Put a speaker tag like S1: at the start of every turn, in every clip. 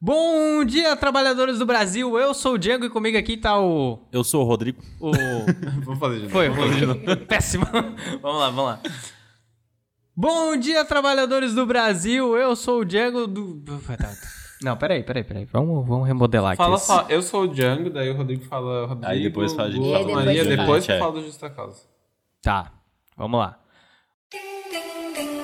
S1: Bom dia, trabalhadores do Brasil. Eu sou o Diego e comigo aqui tá o.
S2: Eu sou o Rodrigo.
S1: o...
S3: Vamos fazer de novo.
S1: Foi, foi. Péssimo. vamos lá, vamos lá. Bom dia, trabalhadores do Brasil. Eu sou o Diego do. Não, peraí, peraí, peraí. Vamos, vamos remodelar
S3: Fala,
S1: aqui. é
S3: fala, eu sou o Django, daí o Rodrigo fala Rodrigo.
S2: Aí depois fala- a gente
S3: Globo,
S2: fala do
S3: Maria,
S2: Django,
S3: depois
S2: né?
S3: fala do Justa Causa.
S1: Tá, vamos lá.
S4: Ding, ding, ding.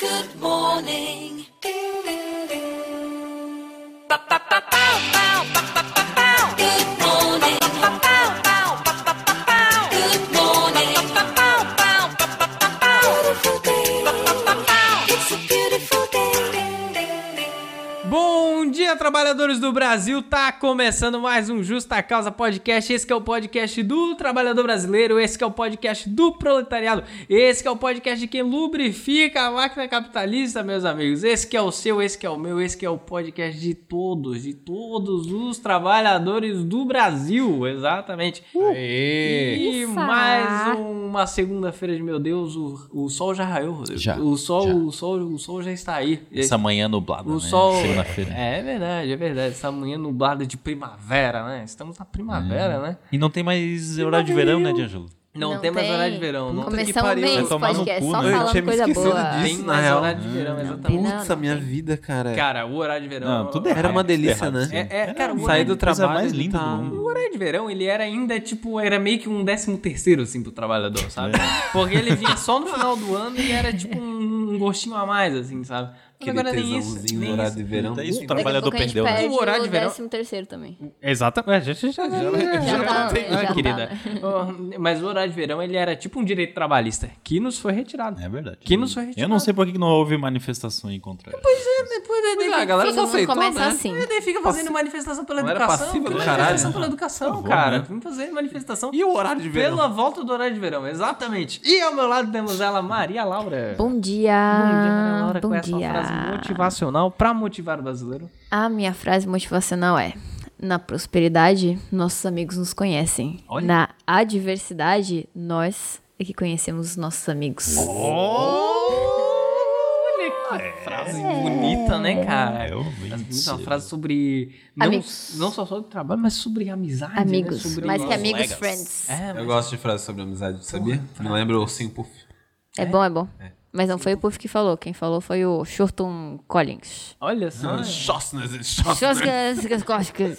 S4: Good morning. Ding, ding, ding. Ba, ba, ba, bow, bow, ba, ba, ba, bow. Good morning. Ba, ba, bow, bow, ba, ba, ba, bow. Good morning. Ba, ba, bow, bow, ba, ba, ba, bow. Beautiful day. Ba, ba, ba, bow. It's a beautiful day. Ding, ding, ding.
S1: Bom dia, trabalhadores do Brasil. Tá começando mais um Justa Causa Podcast. Esse que é o podcast do trabalhador brasileiro, esse que é o podcast do proletariado, esse que é o podcast de quem lubrifica a máquina capitalista, meus amigos. Esse que é o seu, esse que é o meu, esse que é o podcast de todos, de todos os trabalhadores do Brasil, exatamente.
S2: Uh,
S1: E
S5: Ufa!
S1: mais uma segunda-feira de meu Deus, o, o sol já raiou, Rodrigo.
S2: Já,
S1: o sol,
S2: já.
S1: o sol, o sol já está aí.
S2: Essa manhã nublada,
S1: O
S2: né?
S1: sol.
S2: Segunda-feira.
S1: É, é verdade, é verdade. Essa manhã nublada de primavera, né? Estamos na primavera, né?
S2: E não tem mais horário de verão, né, D'Angelo?
S1: Não, tem mais horário de verão. Não tem que
S5: Começamos
S1: pariu.
S5: bem
S2: Vai
S5: esse
S2: tomar no
S5: podcast,
S2: cu,
S5: é só
S2: né? Eu
S5: falando coisa boa.
S1: disso. Tem mais horário de verão,
S3: Ah,
S1: exatamente.
S3: Putz,
S5: Não,
S3: a
S5: não
S3: minha
S5: tem.
S3: vida, cara.
S1: Cara, o horário de verão.
S2: Não, tudo
S1: é.
S2: errado.
S3: uma
S2: tudo
S3: delícia,
S2: errado,
S3: né?
S2: sim.
S1: É, é, cara, o
S3: Sair
S1: horário,
S3: do
S2: Coisa
S3: trabalho.
S2: mais linda
S3: tá
S2: do
S3: um-
S2: mundo.
S1: o horário de verão, ele era ainda tipo, era meio que um décimo terceiro, assim, pro trabalhador, sabe? Porque ele vinha só no final do ano e era tipo um gostinho a mais, assim, sabe? Mas
S3: Aquele
S1: agora nem
S3: tesãozinho
S1: isso.
S3: no
S1: Nem
S3: horário
S1: isso.
S3: de verão.
S2: Então é isso, o
S5: Daqui a
S2: trabalhador
S5: pouco a gente
S2: perdeu, né?
S5: perde
S1: O horário de verão-
S5: décimo terceiro também.
S1: Exatamente. A gente já, já,
S5: já tá, já tá,
S1: querida.
S5: né?
S1: Oh, Mas o horário de verão, ele era tipo um direito trabalhista, que nos foi retirado.
S2: É verdade.
S1: Que não sou retirado.
S2: Eu não sei por que que não houve manifestação em contra ela.
S1: Depois
S3: Ah, a galera
S5: Todo
S3: só
S5: mundo
S3: aceitou,
S5: começa
S3: né?
S5: assim.
S1: É, daí fica fazendo manifestação pela
S3: Não era
S1: educação.
S3: passiva do
S1: pela
S3: caralho,
S1: manifestação
S3: né?
S1: pela educação,
S2: Por favor,
S1: cara.
S2: né?
S1: Vamos fazer manifestação.
S3: E o horário de verão?
S1: Pela volta do horário de verão, exatamente. E ao meu lado temos ela, Maria Laura.
S5: Bom
S1: Maria
S5: dia.
S1: Laura, com essa frase motivacional pra motivar o brasileiro.
S5: A minha frase motivacional é: Na prosperidade, nossos amigos nos conhecem.
S1: Olha.
S5: Na adversidade, nós é que conhecemos os nossos amigos.
S1: Olha que frase bonita, né,
S2: É
S1: cara? Mas bonita, uma frase sobre. Não,
S5: Amigos.
S1: não só sobre trabalho, mas sobre amizade. né?
S5: Amigos.
S1: Sobre-
S5: Mais que amigos,
S2: colegas.
S5: friends.
S1: É,
S3: Eu gosto de frases sobre amizade, sabia? Me lembra o Sim Puff.
S5: É, bom, é bom. Mas não foi o Puff que falou. Quem falou foi o Shorton Collins.
S1: olha
S3: Ah,
S1: só.
S3: Shossners e Shossners.
S5: Shorton-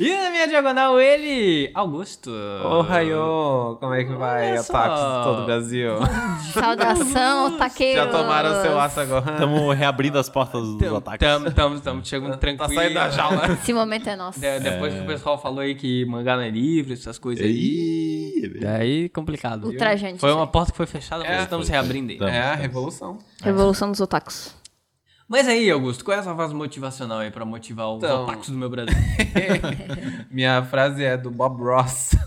S1: E na minha diagonal, ele, Augusto.
S3: Ohaiô, como é que vai,
S1: Olha só.
S3: ataques de todo o Brasil?
S5: Saudação, taqueiros.
S3: Já tomaram seu aço agora?
S2: Estamos reabrindo as portas dos ataques.
S1: Tamo, tamo, tamo chegando tranquilo.
S3: Tá saindo da jaula.
S5: Esse momento é nosso.
S1: De- depois que o pessoal falou aí que mangá não é livre, essas coisas aí.
S2: Ih, é verdade.
S1: Daí complicado. viu?
S5: Ultrajante,
S1: Foi
S5: isso
S1: uma
S5: aí.
S1: porta que foi fechada, mas estamos reabrindo aí.
S2: Tá.
S3: É a revolução.
S5: Revolução dos otakus.
S1: Mas aí, Augusto, qual é a sua frase motivacional aí pra motivar os
S3: Então.
S1: otakus do meu Brasil?
S3: Minha frase é do Bob Ross.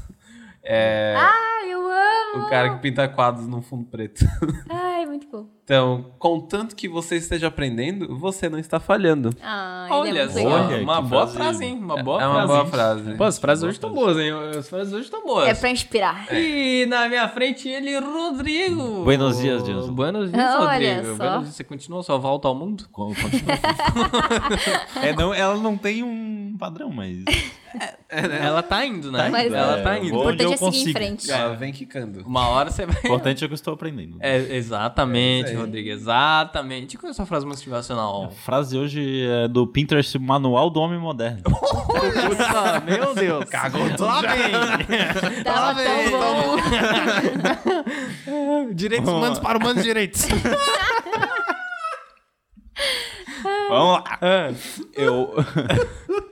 S3: É
S1: Ah!
S5: Ai, eu amo.
S3: o cara que pinta quadros num fundo preto.
S5: Ai, muito bom.
S3: Então, contanto que você esteja aprendendo, você não está falhando.
S5: Ai,
S1: olha
S5: ele
S1: só,
S5: é muito legal.
S2: olha que
S1: uma boa
S2: frase.
S1: frase, hein? Uma boa
S3: é
S1: frase.
S3: uma boa
S1: hein?
S3: frase.
S1: Pô, as frases hoje estão boas, hein? As frases hoje estão boas.
S5: É pra inspirar.
S1: E na minha frente ele, Rodrigo.
S2: Buenos dias, Jason.
S1: Buenos dias,
S5: Olha
S1: Rodrigo.
S5: só.
S1: Buenos dias, você continua sua volta ao mundo?
S2: Con- continua. é, não, ela não tem um padrão, mas.
S1: Ela tá indo, né?
S5: Mas-
S1: Ela
S2: é,
S1: tá
S2: eu
S1: indo.
S5: O
S2: vou- Onde
S5: importante é seguir em
S2: consigo.
S5: frente.
S3: Ela vem quicando.
S1: Uma hora você vai.
S2: O importante é que eu estou aprendendo.
S1: É, exatamente,
S3: É isso aí.
S1: Rodrigo, exatamente. E qual é a sua frase motivacional?
S2: A frase hoje é do Pinterest Manual do Homem Moderno.
S1: Puta, meu Deus. Ah, Cagou tudo Lá bem.
S5: Tava tão Tá bom.
S1: Direitos humanos para humanos direitos.
S2: Vamos lá.
S1: É.
S2: Eu.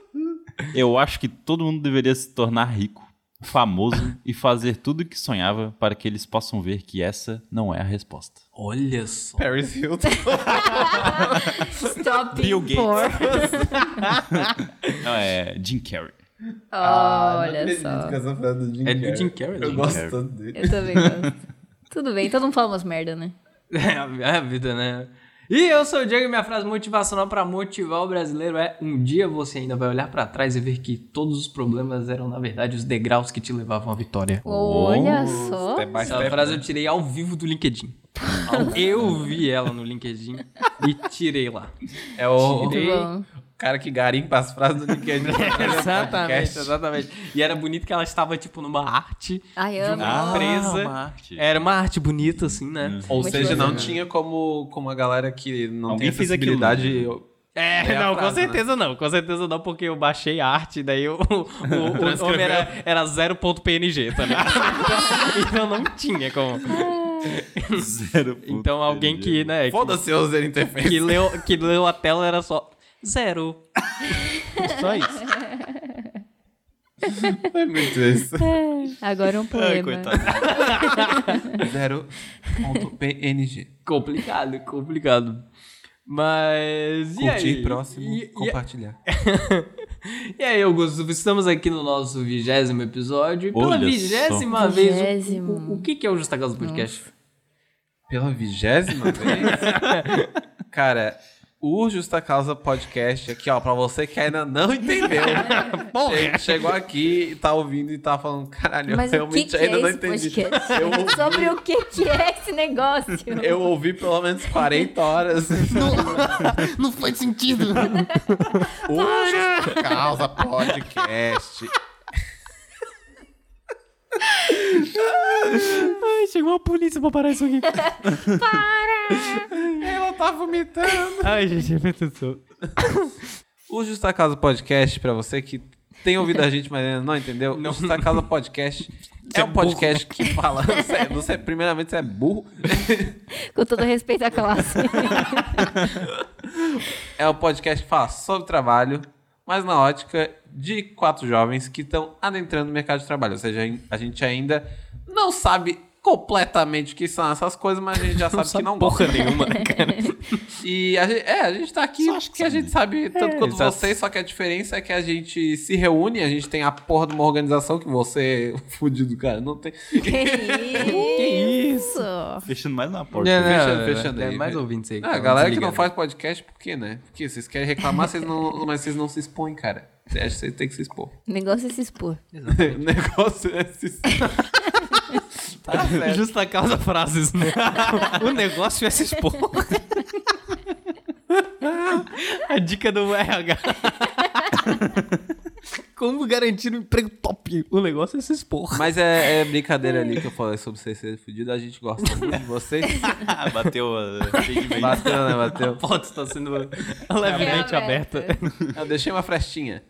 S2: Eu acho que todo mundo deveria se tornar rico, famoso e fazer tudo o que sonhava para que eles possam ver que essa não é a resposta.
S1: Olha só.
S3: Paris Hilton.
S5: Stop
S2: Bill
S5: being poor.
S2: Não, é Jim Carrey.
S5: Olha
S3: Acredito
S5: só.
S3: que essa frase do Jim
S1: É do
S3: Carrey.
S1: Jim Carrey,
S3: Eu
S1: Jim
S3: gosto
S2: Carrey.
S3: tanto dele.
S5: Eu também gosto. Tudo bem, todo mundo fala umas merda, né?
S1: É a é vida, né? E eu sou o Diego e minha frase motivacional pra motivar o brasileiro é: Um dia você ainda vai olhar pra trás e ver que todos os problemas eram, na verdade, os degraus que te levavam à vitória.
S5: Olha É só.
S3: Step by
S1: Essa
S3: step,
S1: frase
S3: né?
S1: eu tirei ao vivo do LinkedIn. Eu vi ela no LinkedIn e tirei lá.
S3: É o,
S5: Muito bom.
S3: o cara que garimpa as frases do LinkedIn.
S1: exatamente, exatamente. E era bonito que ela estava, tipo, numa arte.
S5: Ai,
S1: de
S5: amo.
S1: uma empresa.
S2: Ah, uma arte.
S1: Era uma arte bonita, assim, né?
S3: Ou
S5: Muito
S3: seja,
S5: bom.
S3: não tinha como, como a galera que não
S2: Alguém
S3: tem
S2: fez aquilo,
S3: acessibilidade...
S1: É,
S3: É a
S1: não, com
S3: frase,
S1: certeza não, com certeza não, porque eu baixei a arte, daí eu- o, o, o nome era, era 0.png, tá ligado? então não tinha como.
S2: Zero ponto
S1: Então alguém que, né, que-
S3: Foda-se o user interface.
S1: que, leu, que leu a tela era só zero. só isso.
S3: É muito isso.
S5: Agora um
S2: Ai,
S5: poema.
S2: coitado.
S3: Zero ponto PNG.
S1: Complicado, complicado. Mas. e
S3: Curtir,
S1: aí?
S3: próximo,
S1: E- e-
S3: compartilhar.
S1: E aí, Augusto, estamos aqui no nosso vigésimo episódio. E pela
S2: Olha só.
S1: vigésima vez, o-
S5: Vigésimo.
S1: o, o que que é o Justa Causa Podcast?
S3: Pela vigésima vez? Cara, o Justa Causa Podcast aqui, ó, pra você que ainda não entendeu. che- chegou aqui e tá ouvindo e tá falando, caralho,
S5: Mas
S3: eu
S5: o que,
S3: realmente
S5: que
S3: ainda
S5: é
S3: não
S5: esse
S3: entendi.
S5: podcast?
S3: Eu ouvi,
S5: Sobre o que, que é esse negócio?
S3: eu ouvi pelo menos 40 horas.
S6: Não faz sentido.
S3: Causa Podcast.
S1: Ai, chegou a polícia pra parar isso aqui.
S3: Ela tá vomitando.
S1: Ai, gente, é meu Deus do céu.
S3: O Justa Causa Podcast, pra você que tem ouvido a gente, mas ainda não entendeu, o Justa Causa Podcast é um podcast que fala. Você, é- você, é- primeiramente, você é burro.
S5: Com todo respeito à classe.
S3: É um podcast que fala sobre trabalho, mas na ótica de quatro jovens que estão adentrando o mercado de trabalho. Ou seja, a gente ainda não sabe completamente o que são essas coisas, mas a gente já sabe, que não gosta.
S1: Porra nenhuma, né, cara?
S3: E a gente, é, a gente tá aqui porque a gente sabe É. tanto quanto
S1: Exato.
S3: vocês, só que a diferença é que a gente se reúne, a gente tem a porra de uma organização que você, é fudido, cara, não tem.
S5: que isso?
S1: Que
S2: Tá Fechando mais na porta.
S1: É, não,
S3: fechando, fechando
S1: é
S3: aí.
S1: mais ouvintes aí que
S3: Ah, a
S1: tão
S3: galera que não
S1: desligando.
S3: faz podcast, por quê, né? Porque vocês querem reclamar, vocês não, mas vocês não se expõem, cara. Vocês vocês têm que se expor.
S5: O negócio é se expor.
S3: O negócio é se Tá certo.
S1: Justa causa frases, né? o negócio é se expor. a dica do RH. Como garantir um emprego top? O negócio é se expor.
S3: Mas é, é brincadeira ali que eu falei sobre vocês serem fudidos. A gente gosta muito de vocês.
S2: Ah, bateu a... feedback.
S3: Bateu, né? Bateu.
S1: A foto está sendo levemente aberta.
S3: Eu deixei uma frestinha.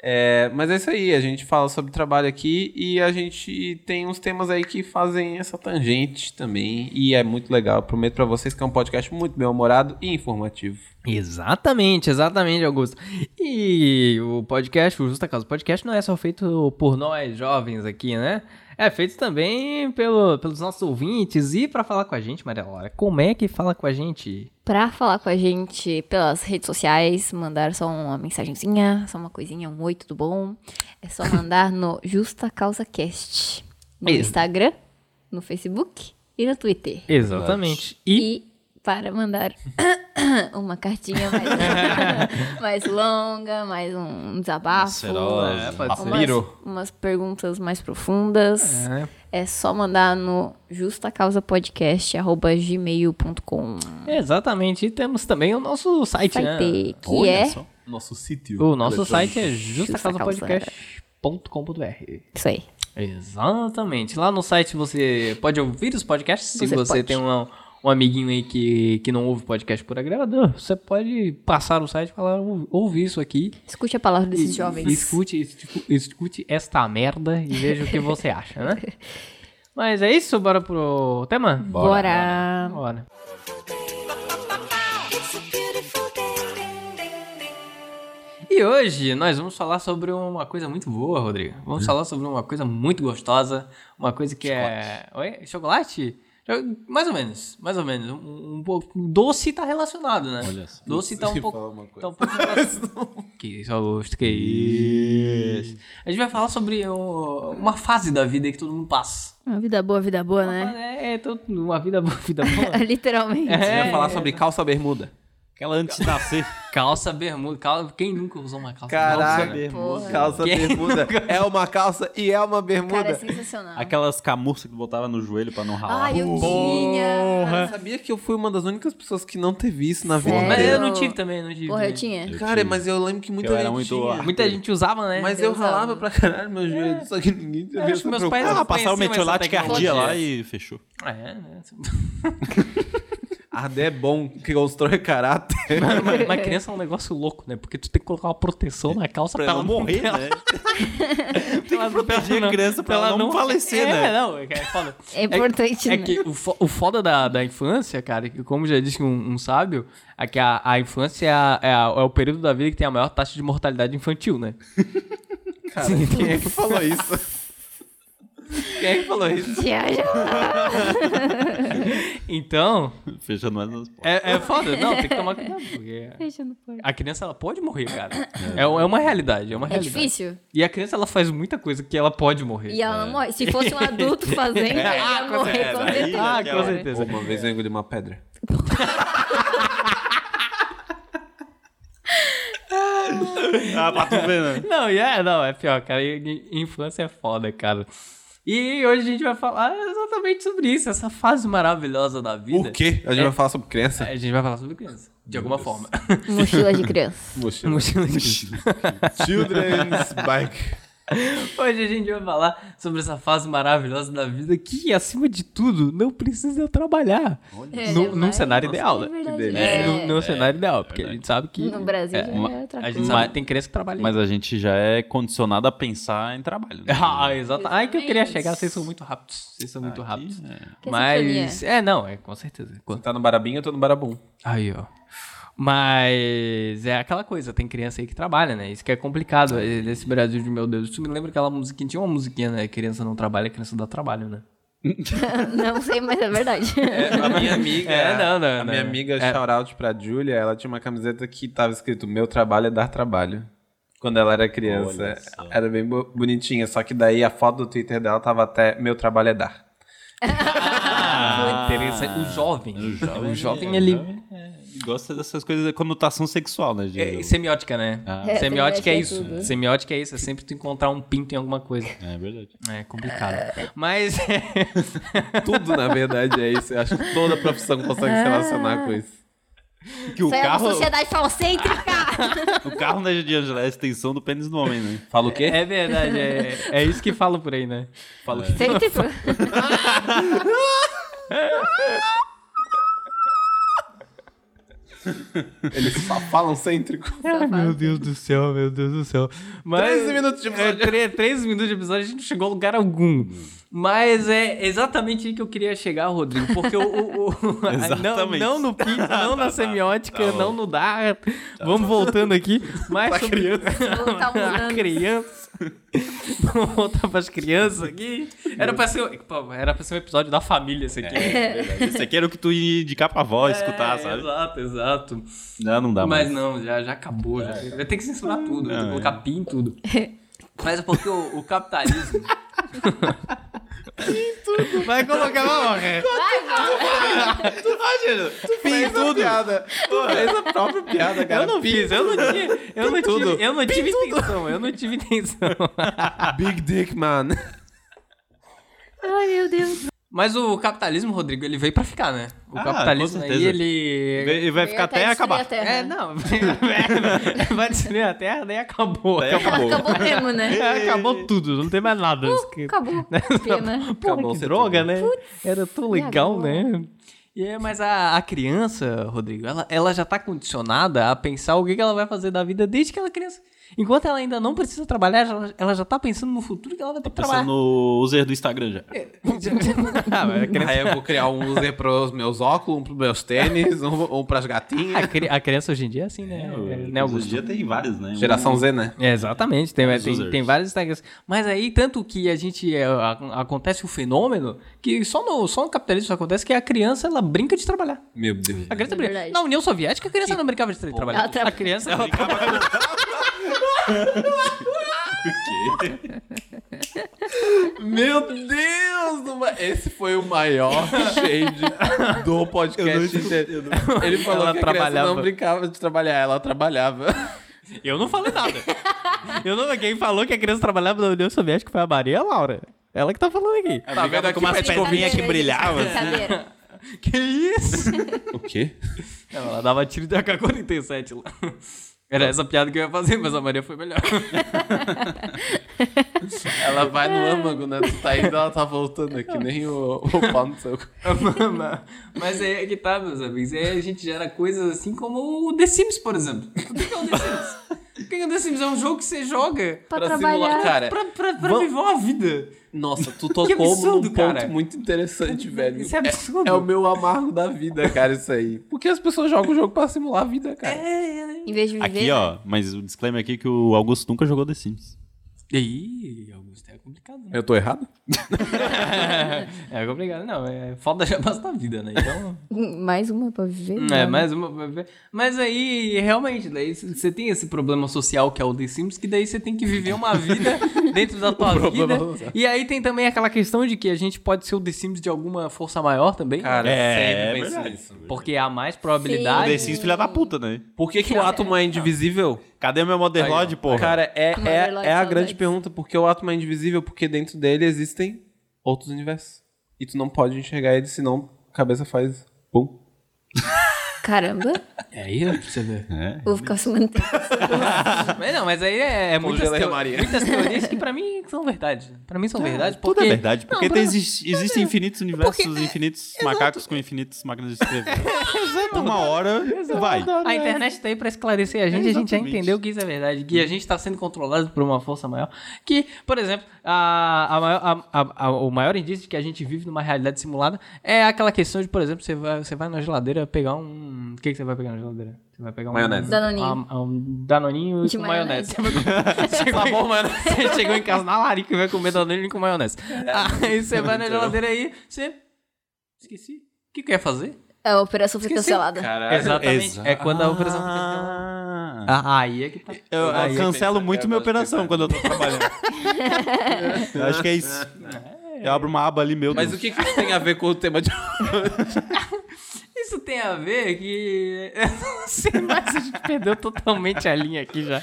S3: É, mas é isso aí, a gente fala sobre trabalho aqui e a gente tem uns temas aí que fazem essa tangente também. E é muito legal. Eu prometo pra vocês que é um podcast muito bem humorado e informativo.
S1: Exatamente, exatamente, Augusto. E o podcast, o Justa Causa Podcast, não é só feito por nós jovens aqui, né? É feito também pelo, pelos nossos ouvintes. E pra falar com a gente, Maria Laura, como é que fala com a gente?
S5: Pra falar com a gente pelas redes sociais, mandar só uma mensagenzinha, só uma coisinha, um oi, tudo bom? É só mandar no Justa Causa Cast. No
S1: Isso.
S5: Instagram, no Facebook e no Twitter.
S1: Exatamente. E,
S5: E para mandar uma cartinha mais, mais longa, mais um desabafo.
S2: Serosa.
S1: É, pode ser.
S5: Umas, umas perguntas mais profundas.
S1: É.
S5: É só mandar no justacausapodcast.gmail.com.
S1: Exatamente. E temos também o nosso site,
S5: Vai
S1: né?
S5: ter, que
S2: Olha
S5: é
S2: só.
S3: Nosso sítio.
S1: O nosso site é justacausapodcast.com.br.
S5: isso aí.
S1: Exatamente. Lá no site você pode ouvir os podcasts. Se
S5: Você
S1: você
S5: pode.
S1: tem uma- um amiguinho aí que, que não ouve podcast por agregador, você pode passar no site e falar: "Ou- ouvi isso aqui.
S5: Escute a palavra desses
S1: e-
S5: jovens.
S1: e Escute, escu- escute esta merda e veja o que você acha, né? Mas é isso, bora pro tema?
S5: Bora.
S1: Bora.
S4: It's a beautiful day.
S1: E hoje nós vamos falar sobre uma coisa muito boa, Rodrigo. Vamos falar sobre uma coisa muito gostosa, uma coisa que é. Oi? Chocolate? Eu- mais ou menos, mais ou menos. Um, um pouco. Doce tá relacionado, né?
S2: Olha só.
S1: Doce tá um
S3: Se
S1: pouco.
S3: fala uma coisa.
S1: Tá um pouco relacionado. que isso, Augusto, que é isso. A gente vai falar sobre ó, uma fase da vida que todo mundo passa.
S5: Uma vida boa, vida boa, né?
S1: É, é todo- uma vida boa, vida boa.
S5: Literalmente.
S3: Você
S1: É.
S3: ia falar sobre calça bermuda.
S2: Aquela antes de nascer.
S1: calça, bermuda. Calça, quem nunca usou uma calça
S3: Caraca,
S1: bermuda, né?
S5: Porra.
S3: calça
S1: Quem
S3: bermuda. É uma calça e é uma
S5: Cara, é
S3: bermuda.
S5: sensacional.
S2: Aquelas camurças que botava no joelho pra não ralar.
S5: Ai, eu
S3: Cara,
S5: tinha.
S3: sabia que eu fui uma das únicas pessoas que não teve isso na vida
S5: Sério?
S1: Mas eu
S3: inteira?
S1: não tive também, não tive.
S5: Porra, eu
S1: também.
S5: tinha.
S3: Cara, mas eu lembro que muita
S2: Eu
S3: gente
S2: era muito-
S3: tinha.
S1: Muita gente usava, né?
S3: Mas
S5: Eu
S3: eu ralava
S5: usava.
S3: pra caralho meu joelho, só que ninguém
S1: Eu
S3: teve
S1: acho
S3: essa
S1: que meus
S3: preocupação.
S1: pais-
S2: Ah, passava
S1: conheci, mas
S2: metiolate
S1: essa tecnologia.
S2: cardia lá e fechou.
S1: É, né?
S3: Arder é bom, que constrói caráter.
S1: mas, mas criança é um negócio louco, né? Porque tu tem que colocar uma proteção na calça pra, ela
S2: né? Tem que
S1: pra
S2: proteger
S1: não-
S2: a criança pra ela não falecer,
S1: é,
S2: né?
S1: não, é foda.
S5: É importante,
S1: É
S5: né?
S1: que o, fo- o foda da, da infância, cara, é que como já disse um, um sábio, é que a, a infância é, a- é a- é o período da vida que tem a maior taxa de mortalidade infantil, né?
S3: Cara, quem é que falou isso? Quem é que falou isso?
S5: Já, já.
S1: Então,
S2: Fechando mais nas portas.
S1: é, é foda. Não, tem que tomar cuidado, porque é
S5: Deixa no porco.
S1: a criança ela pode morrer, cara. É, é uma realidade, é uma
S5: É
S1: realidade.
S5: difícil.
S1: E a criança ela faz muita coisa que ela pode morrer.
S5: E ela não morre. Se fosse um adulto fazendo, ela ia morrer com certeza.
S1: Ah,
S2: aquela- né?
S1: com certeza.
S3: Uma vez eu engoli uma pedra.
S2: Ah, pra tu ver, né?
S1: Não, e é, não, é pior, cara. E- e- Infância é foda, cara. E hoje a gente vai falar exatamente sobre isso, essa fase maravilhosa da vida.
S3: O quê? A gente
S1: É.
S3: vai falar sobre criança?
S1: A gente vai falar sobre criança, de alguma forma.
S5: Mochila de criança.
S3: Mochila.
S1: Mochila de criança.
S3: Children's Bike.
S1: Hoje a gente vai falar sobre essa fase maravilhosa da vida que, acima de tudo, não precisa trabalhar.
S5: É,
S1: No-
S5: né?
S1: num cenário ideal,
S5: é
S1: né?
S5: verdade.
S3: Que delícia.
S1: É,
S5: É.
S1: num, num cenário ideal, porque a gente sabe que.
S5: No Brasil
S1: é,
S5: já
S2: uma-
S5: é outra
S1: a
S5: coisa.
S1: gente sabe que tem criança que trabalha.
S2: Mas a gente já é condicionado a pensar em trabalho. Né?
S1: Ah, exato. Ai, que eu queria chegar, vocês são muito rápidos. Vocês são muito rápidos. Mas. É, não, é com certeza. Com-
S3: Tá no Barabim, eu tô no Barabum.
S1: Aí, ó. Mas é aquela coisa, tem criança aí que trabalha, né? Isso que é complicado. é, Nesse Brasil de meu Deus, tu me lembra aquela musiquinha? Tinha uma musiquinha, né? Criança não trabalha, criança dá trabalho, né?
S5: Não sei, mas é verdade.
S3: É, a minha amiga.
S1: É, não, não,
S3: a
S1: não.
S3: minha amiga,
S1: É.
S3: shout out pra Julia, ela tinha uma camiseta que tava escrito Meu trabalho é dar trabalho. Quando ela era criança.
S2: Olha só.
S3: Era bem bo- bonitinha, só que daí a foto do Twitter dela tava até Meu trabalho é dar.
S2: Ah,
S1: Interessante. O jovem.
S2: O jovem,
S1: O jovem,
S2: é,
S1: ele.
S2: o jovem, é, gosta dessas coisas de conotação sexual, né,
S1: é,
S2: gente?
S1: semiótica, né?
S2: Ah.
S5: É,
S1: semiótica
S5: semiótica
S1: é
S5: é
S1: isso.
S5: tudo.
S1: Semiótica é isso. É sempre tu encontrar um pinto em alguma coisa.
S2: É, verdade.
S1: É complicado. Mas.
S3: Tudo, na verdade, é isso. Eu acho que toda profissão consegue se relacionar com isso.
S2: Que o
S5: Isso aí é uma
S2: carro,
S5: sociedade falocêntrica.
S2: o carro né, de Angela é a extensão do pênis do homem, né?
S3: Fala o quê?
S1: É verdade. É, é isso que falam por aí, né?
S3: Fala o quê?
S5: Sempre foi.
S3: Eles só falam cêntrico.
S1: Meu Deus do céu, meu Deus do céu. Mas,
S3: 13 minutos de episódio.
S1: É, tre- 13 minutos de episódio, a gente não chegou a lugar algum. Mas é exatamente aí que eu queria chegar, Rodrigo. Porque o. o- o-
S2: Exatamente.
S1: Não, não no pinto, não na semiótica, não no dar. Vamos voltando aqui. Mas
S3: Pra
S1: sobre
S3: criança.
S5: Voltar uns
S1: a
S5: anos.
S1: criança. Vamos voltar pras crianças aqui. Era pra ser, pô, era pra ser um episódio da família esse aqui.
S2: Você quer o que tu ia indicar pra avó escutar,
S1: É,
S2: sabe?
S1: Exato, exato.
S2: Não, não dá
S1: Mas
S2: mais.
S1: não, já, já acabou. Já. Vai ter que censurar tudo, vai ter que
S2: é.
S1: colocar pin em tudo. Mas é porque o, o capitalismo.
S2: Vai colocar uma honra. Ah,
S3: Fez tudo. Piada. Fez a própria piada, cara.
S1: eu não fiz, eu não tinha. Eu não
S3: tudo.
S1: tive, eu não tive intenção, eu não tive intenção.
S3: Big Dick Man.
S5: Ai, meu Deus.
S1: Mas o capitalismo, Rodrigo, ele veio pra ficar, né? O
S2: Ah,
S1: capitalismo
S2: com
S1: aí,
S2: certeza.
S1: ele.
S2: E vai ficar até acabar.
S1: É, não. é, Vai destruir a terra, daí acabou.
S2: Daí
S1: acabou.
S2: acabou.
S5: Acabou mesmo, né?
S1: Acabou tudo, não tem mais nada.
S5: Acabou. né? Pena.
S1: Porra,
S3: Acabou
S1: que
S3: ser
S1: droga, né? Era tão
S5: E
S1: legal,
S5: agora?
S1: né? E é, mas a, a criança, Rodrigo, ela, ela já tá condicionada a pensar o que, que ela vai fazer da vida desde que ela é criança. Enquanto ela ainda não precisa trabalhar, ela, ela já tá pensando no futuro que ela vai ter que
S2: Pensando
S1: trabalhar.
S2: no user do Instagram já.
S1: Né, Ah, mas a criança-
S3: Aí eu vou criar um user pros meus óculos, um pros meus tênis, um, um pras gatinhas.
S1: a, cri- a criança hoje em dia é assim, né? né,
S2: hoje em
S1: Augusto?
S2: dia tem vários, né?
S3: Geração Z, né?
S1: É, exatamente, tem,
S2: Vários
S1: tem,
S2: users.
S1: tem vários Instagrams. Mas aí, tanto que a gente. é, a- acontece o fenômeno que só no, só no capitalismo isso acontece que a criança ela brinca de trabalhar.
S3: Meu Deus.
S1: A criança
S5: É
S1: brinca.
S5: verdade.
S1: Na União Soviética, a criança não brincava de tra- trabalhar.
S5: Ela tra-
S1: A criança. Ela...
S3: Meu Deus! do ma- Esse foi o maior shade do podcast. inteiro. Ele falou
S1: Ela
S3: que a
S1: trabalhava.
S3: criança não brincava de trabalhar, ela trabalhava.
S1: Eu não falei nada. Eu não, quem falou que a criança trabalhava na União Soviética foi a Maria Laura. Ela que tá falando aqui.
S3: Tá vendo aqui
S2: umas
S3: pra te
S2: pedrinhas
S5: Brincadeira,
S2: que brilhavam,
S5: gente, brincadeira.
S1: Que isso?
S3: O quê?
S1: Ela dava tiro de AK-47 lá. Era essa piada que eu ia fazer, mas a Maria foi melhor.
S3: Ela vai no âmago, né? Tu tá indo, ela tá voltando aqui, nem o, o pau no seu.
S1: mas é que tá, meus amigos. É, a gente gera coisas assim como o The Sims, por exemplo. O que que é o The Sims? O que que é o The Sims? É um jogo que você joga
S5: Pra,
S3: Pra
S5: trabalhar.
S3: simular, cara.
S1: pra, pra, pra
S3: Vam-
S1: viver uma vida.
S3: Nossa, tu
S1: Que
S3: tocou
S1: absurdo,
S3: num ponto
S1: cara.
S3: muito interessante, velho.
S1: Isso é absurdo.
S3: É o meu amargo da vida, cara, isso aí. Porque as pessoas jogam o jogo pra simular a vida, cara.
S1: É.
S5: Em vez de viver.
S2: Aqui, ó, mas o disclaimer aqui é que o Augusto nunca jogou The Sims.
S1: E aí, Augusto, é complicado, né?
S3: Eu tô errado?
S1: É complicado, não. É falta já basta a vida, né? Então.
S5: hum, Mais uma pra viver.
S1: É,
S5: Não.
S1: mais uma. Mas aí, realmente, daí c- você tem esse problema social que é o The Sims, que daí você tem que viver uma vida dentro da tua
S3: problema
S1: vida.
S3: social.
S1: E aí tem também aquela questão de que a gente pode ser o The Sims de alguma força maior também.
S3: Cara,
S2: É,
S3: sempre
S2: é
S3: penso
S2: verdade.
S3: nisso.
S1: Porque há mais
S2: O The
S1: probabilidade.
S2: Sims, filha da puta, né?
S3: Por que, que o átomo é indivisível?
S2: Cadê meu Motherlord, porra?
S3: Cara, é,
S5: Motherlode
S3: é, é a
S5: saudades.
S3: grande pergunta. Por que o átomo é indivisível? Porque dentro dele existem outros universos. E tu não pode enxergar ele, senão a cabeça faz... Bum.
S5: Caramba,
S1: É aí, né, pra você ver.
S5: vou ficar sumando.
S1: Mas não, mas aí é, é muitas,
S3: Congelei a
S1: teo-
S3: Maria.
S1: muitas teorias que pra mim são verdade. Pra mim são verdade porque...
S2: Tudo é verdade,
S1: Não,
S2: porque
S1: pra-
S2: tem- existe- existem infinitos universos, infinitos macacos com infinitos máquinas de escrever. Uma hora vai.
S1: A internet tá aí pra esclarecer a gente, a gente já
S2: Exatamente.
S1: entendeu que isso é verdade, que a gente tá sendo controlado por uma força maior. Que, por exemplo, a, a maior- a- a- a- o maior indício de que a gente vive numa realidade simulada é aquela questão de, por exemplo, você vai, você vai na geladeira pegar um. O que, que você vai pegar na geladeira? Você vai pegar um.
S3: Maionese.
S5: Danoninho.
S1: a- a- um danoninho
S5: De
S1: com maionese.
S5: maionese.
S1: chegou, em, você chegou em casa na larica e vai comer danoninho com maionese. Aí você vai na geladeira aí, você. Esqueci. O que, que eu ia fazer?
S5: É a operação foi
S1: Esqueci.
S5: cancelada.
S3: Caralho.
S1: Exatamente. É quando a operação.
S2: Ah.
S1: Ah, aí é que tá.
S2: Eu, eu
S1: Aí é
S2: cancelo muito minha
S3: eu gosto de
S2: operação quando eu tô trabalhando. eu acho que é isso. Eu abro uma aba ali, meu
S3: Mas o
S2: Deus.
S3: que, que isso tem a ver com o tema de...
S1: Isso tem a ver que. Eu não sei mais, a gente perdeu totalmente a linha aqui já.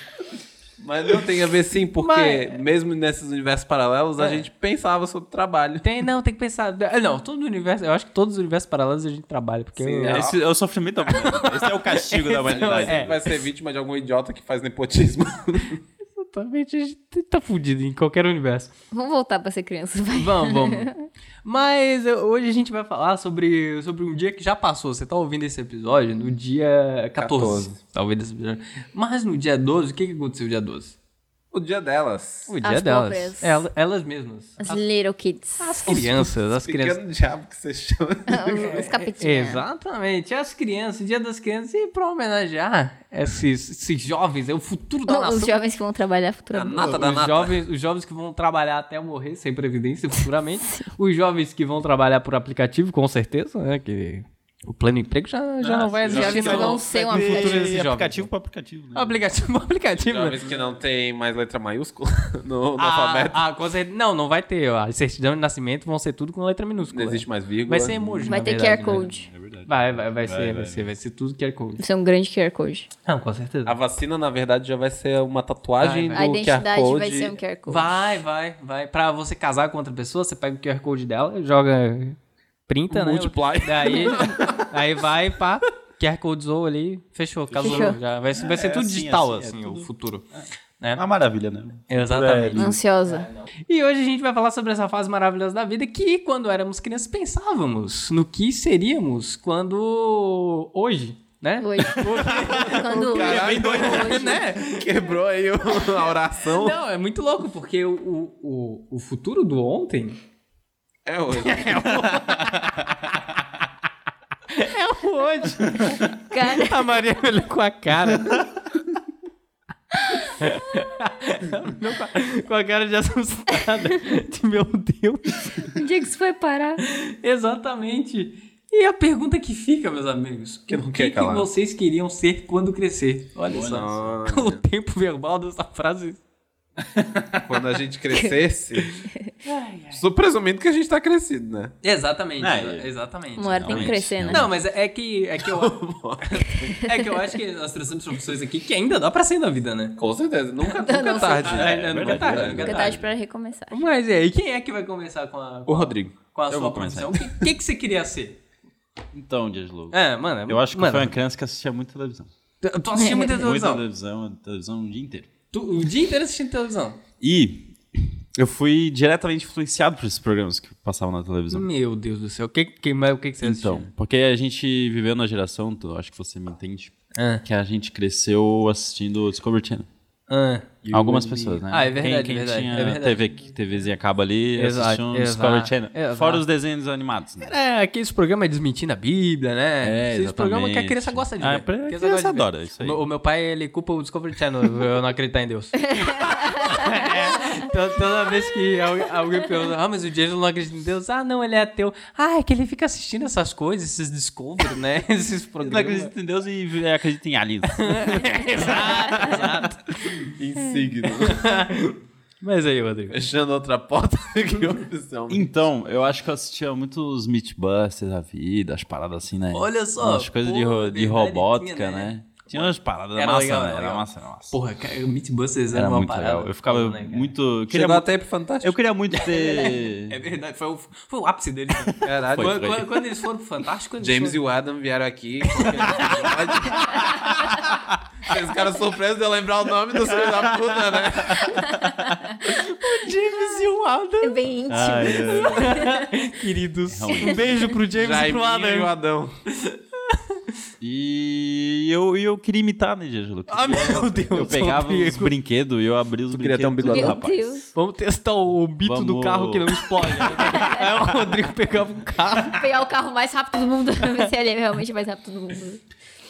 S3: Mas não tem a ver sim, porque
S1: Mas-
S3: mesmo nesses universos paralelos,
S1: É.
S3: a gente pensava sobre trabalho.
S1: Tem, não, tem que pensar. Ah, Não, todo o universo. Eu acho que todos os universos paralelos a gente trabalha, porque.
S3: Sim,
S1: eu-
S3: é.
S2: Esse é o sofrimento da humanidade. Esse é o castigo da humanidade.
S1: É.
S3: Vai ser vítima de algum idiota que faz nepotismo.
S1: Totalmente a gente tá fudido em qualquer universo.
S5: Vamos voltar pra ser criança, vai.
S1: Vamos, vamos. Mas eu- hoje a gente vai falar sobre, sobre um dia que já passou. Você tá ouvindo esse episódio no dia 14.
S3: 14.
S1: Tá ouvindo esse episódio. Mas no dia 12, o que, que aconteceu no dia 12?
S3: o dia delas.
S1: O dia
S5: dia As
S1: delas.
S5: delas. próprias.
S1: Elas, mesmas.
S5: As little kids.
S1: As crianças, as crianças.
S3: Pequeno diabo que você chama.
S5: Os, os capetinhos.
S1: Exatamente, as crianças, dia das crianças, e pra homenagear esses, esses jovens, é o futuro da
S5: Os
S1: nação.
S5: jovens que vão trabalhar futuramente.
S3: nata da
S1: os,
S3: nata.
S1: jovens, os jovens que vão trabalhar até morrer sem previdência futuramente. os jovens que vão trabalhar por aplicativo, com certeza, né? Que o plano emprego já, já não vai
S2: jovens
S1: existir.
S5: que
S1: mas
S5: vão
S1: não
S5: ser um
S1: no futuro
S5: aplicativo.
S1: desses
S2: E
S1: jovens.
S2: aplicativo pra aplicativo. Né?
S1: Aplicativo, aplicativo. né?
S3: Jovens que não tem mais letra maiúscula no, no alfabeto.
S1: Ah, ah, com certeza. Não, não vai ter. ó. As certidões de nascimento vão ser tudo com letra minúscula.
S3: Não existe mais vírgula.
S1: Vai ser emoji,
S5: Vai
S1: na
S5: ter
S1: verdade,
S5: QR
S1: né?
S5: Code.
S2: É verdade.
S1: Vai, vai, vai, ser, vai,
S2: Vai, vai,
S1: ser, vai ser tudo QR Code.
S5: Isso é um grande QR Code.
S1: Não, com certeza.
S3: A vacina, na verdade, já vai ser uma tatuagem
S1: Vai,
S5: A
S3: do
S5: identidade
S3: QR Code.
S5: vai ser um QR Code.
S1: Vai, vai, vai. Pra você casar com outra pessoa, você pega o QR Code dela, joga. Printa, né?
S3: Multiply.
S1: Daí, aí vai, pá. QR Codezou ali, fechou, casou.
S5: Fechou.
S1: Já vai, ser- vai ser
S2: É
S1: tudo
S2: assim,
S1: digital,
S2: assim, é
S1: assim,
S2: tudo-
S1: o futuro.
S2: Uma maravilha, né?
S1: Exatamente.
S5: Ansiosa.
S1: E hoje a gente vai falar sobre essa fase maravilhosa da vida que, quando éramos crianças, pensávamos no que seríamos quando. hoje. né?
S5: Oi. Quando
S3: Caralho,
S5: bem doido,
S1: né?
S3: Quebrou aí o- a oração.
S1: Não, é muito louco, porque o, o, o- o futuro do ontem
S3: É hoje.
S1: é o hoje.
S5: Cara,
S1: A Maria me olhou com a cara. Não, com, a, com a cara de assustada. De meu Deus.
S5: onde é que isso foi parar?
S1: Exatamente. E a pergunta que fica, meus amigos:
S3: Que não
S1: o
S3: quer
S1: que, que
S3: calar.
S1: vocês queriam ser quando crescer? Olha só.
S3: Não,
S1: O tempo verbal dessa frase.
S3: quando a gente crescesse. Estou presumindo que a gente tá crescido, né?
S1: Exatamente.
S2: É,
S1: exa-
S2: é.
S1: exatamente.
S5: Uma hora tem que
S2: Realmente,
S5: crescer, né?
S1: Não, mas é que, é que eu. é que eu acho que nós trouxemos opções aqui que ainda dá pra sair na vida, né?
S3: Com certeza. Nunca, nunca
S5: Não
S3: é tarde.
S1: sei.
S3: né?
S1: É, nunca é
S3: verdade,
S1: tarde,
S3: verdade.
S1: nunca é
S5: Fica tarde pra recomeçar.
S1: Mas é, e quem é que vai começar com a,
S3: O Rodrigo.
S1: com a
S2: Eu
S1: sua
S2: vou começar.
S1: profissão? O que, que, que você queria ser?
S2: Então, Dias Lobo.
S1: É, mano.
S2: Eu acho que
S1: mano,
S2: foi uma criança que assistia muito televisão.
S1: Eu tô assistindo muita
S2: Muita
S1: televisão.
S2: televisão, televisão o dia inteiro.
S1: Tu- o dia inteiro assistindo televisão.
S2: E eu fui diretamente influenciado por esses programas que passavam na televisão.
S1: Meu Deus do céu. O que, que, mas o que, que você assistiu?
S2: Então, porque a gente viveu na geração, tu- acho que você me entende,
S1: Ah,
S2: que a gente cresceu assistindo o Discovery Channel.
S1: ah.
S2: Algumas pessoas, né?
S1: Ah, é verdade,
S2: Quem, quem
S1: é verdade,
S2: tinha
S1: é verdade.
S2: TV, que- TVzinha acaba ali,
S1: Exato,
S2: assistia um
S1: exato,
S2: Discovery Channel.
S1: exato.
S2: Fora os desenhos animados, né?
S1: É, aqueles programas desmentindo a Bíblia, né?
S2: É,
S1: Esses programas que a
S2: exatamente.
S1: criança gosta de ver.
S2: Ah, pra- a
S1: gosta
S2: criança
S1: de ver.
S2: adora isso aí.
S1: O o meu pai, ele culpa o Discovery Channel, eu não acreditar em Deus. É, to- toda vez que al- alguém pergunta, ah, mas o Jason não acredita em Deus. Ah, não, ele é ateu. Ah, é que ele fica assistindo essas coisas, esses Discovery, né? Esses
S2: Eu Não
S1: programas.
S2: acredito em Deus e vi- acredito em aliens.
S1: exato, exato.
S3: Insigno.
S1: Mas aí, Rodrigo.
S3: Fechando outra porta. que opção.
S2: então, eu acho que eu assistia muito os Mythbusters da vida, as paradas assim, né?
S1: Olha só,
S2: As coisas
S1: pô,
S2: de, ro- de
S1: verdade,
S2: robótica,
S1: tinha, né?
S2: né? Tinha umas paradas
S1: Era
S2: massa,
S1: legal,
S2: né?
S1: era
S2: Era,
S1: legal.
S2: massa, era massa.
S1: Porra, cara, o Meatbusters era,
S2: era
S1: uma
S2: muito
S1: parada.
S2: legal. Eu ficava
S1: foda, né, cara?
S2: muito... eu Queria
S3: Chegou
S2: mu-
S3: até aí pro Fantástico.
S2: Eu queria muito
S1: É
S2: ter...
S1: verdade, foi o, foi o ápice dele.
S3: Caralho.
S1: Quando,
S2: foi.
S1: quando- quando eles foram pro Fantástico, eles
S3: James
S1: foram...
S3: e o Adam vieram aqui. Vocês ficaram surpresos de eu lembrar o nome dos filhos da puta, né?
S1: James e o Adam.
S5: É bem íntimo.
S2: Ai, é.
S1: Queridos,
S2: Realmente.
S1: um beijo pro James e pro
S3: Jaiminho e o
S1: Adam.
S3: Adão.
S2: E eu, e eu queria imitar, né, Diego?
S1: Ah, meu Deus.
S2: Eu pegava
S1: Rodrigo.
S2: os brinquedos e eu abria os
S3: queria
S2: brinquedos.
S3: ter um bigode,
S2: do
S5: Meu
S2: rapaz.
S5: Deus.
S1: Vamos testar o bito do
S2: Vamos.
S1: carro que não explode. Aí o Rodrigo pegava o carro.
S5: Vou pegar o carro mais rápido do mundo. Ver se ele é realmente mais rápido do mundo.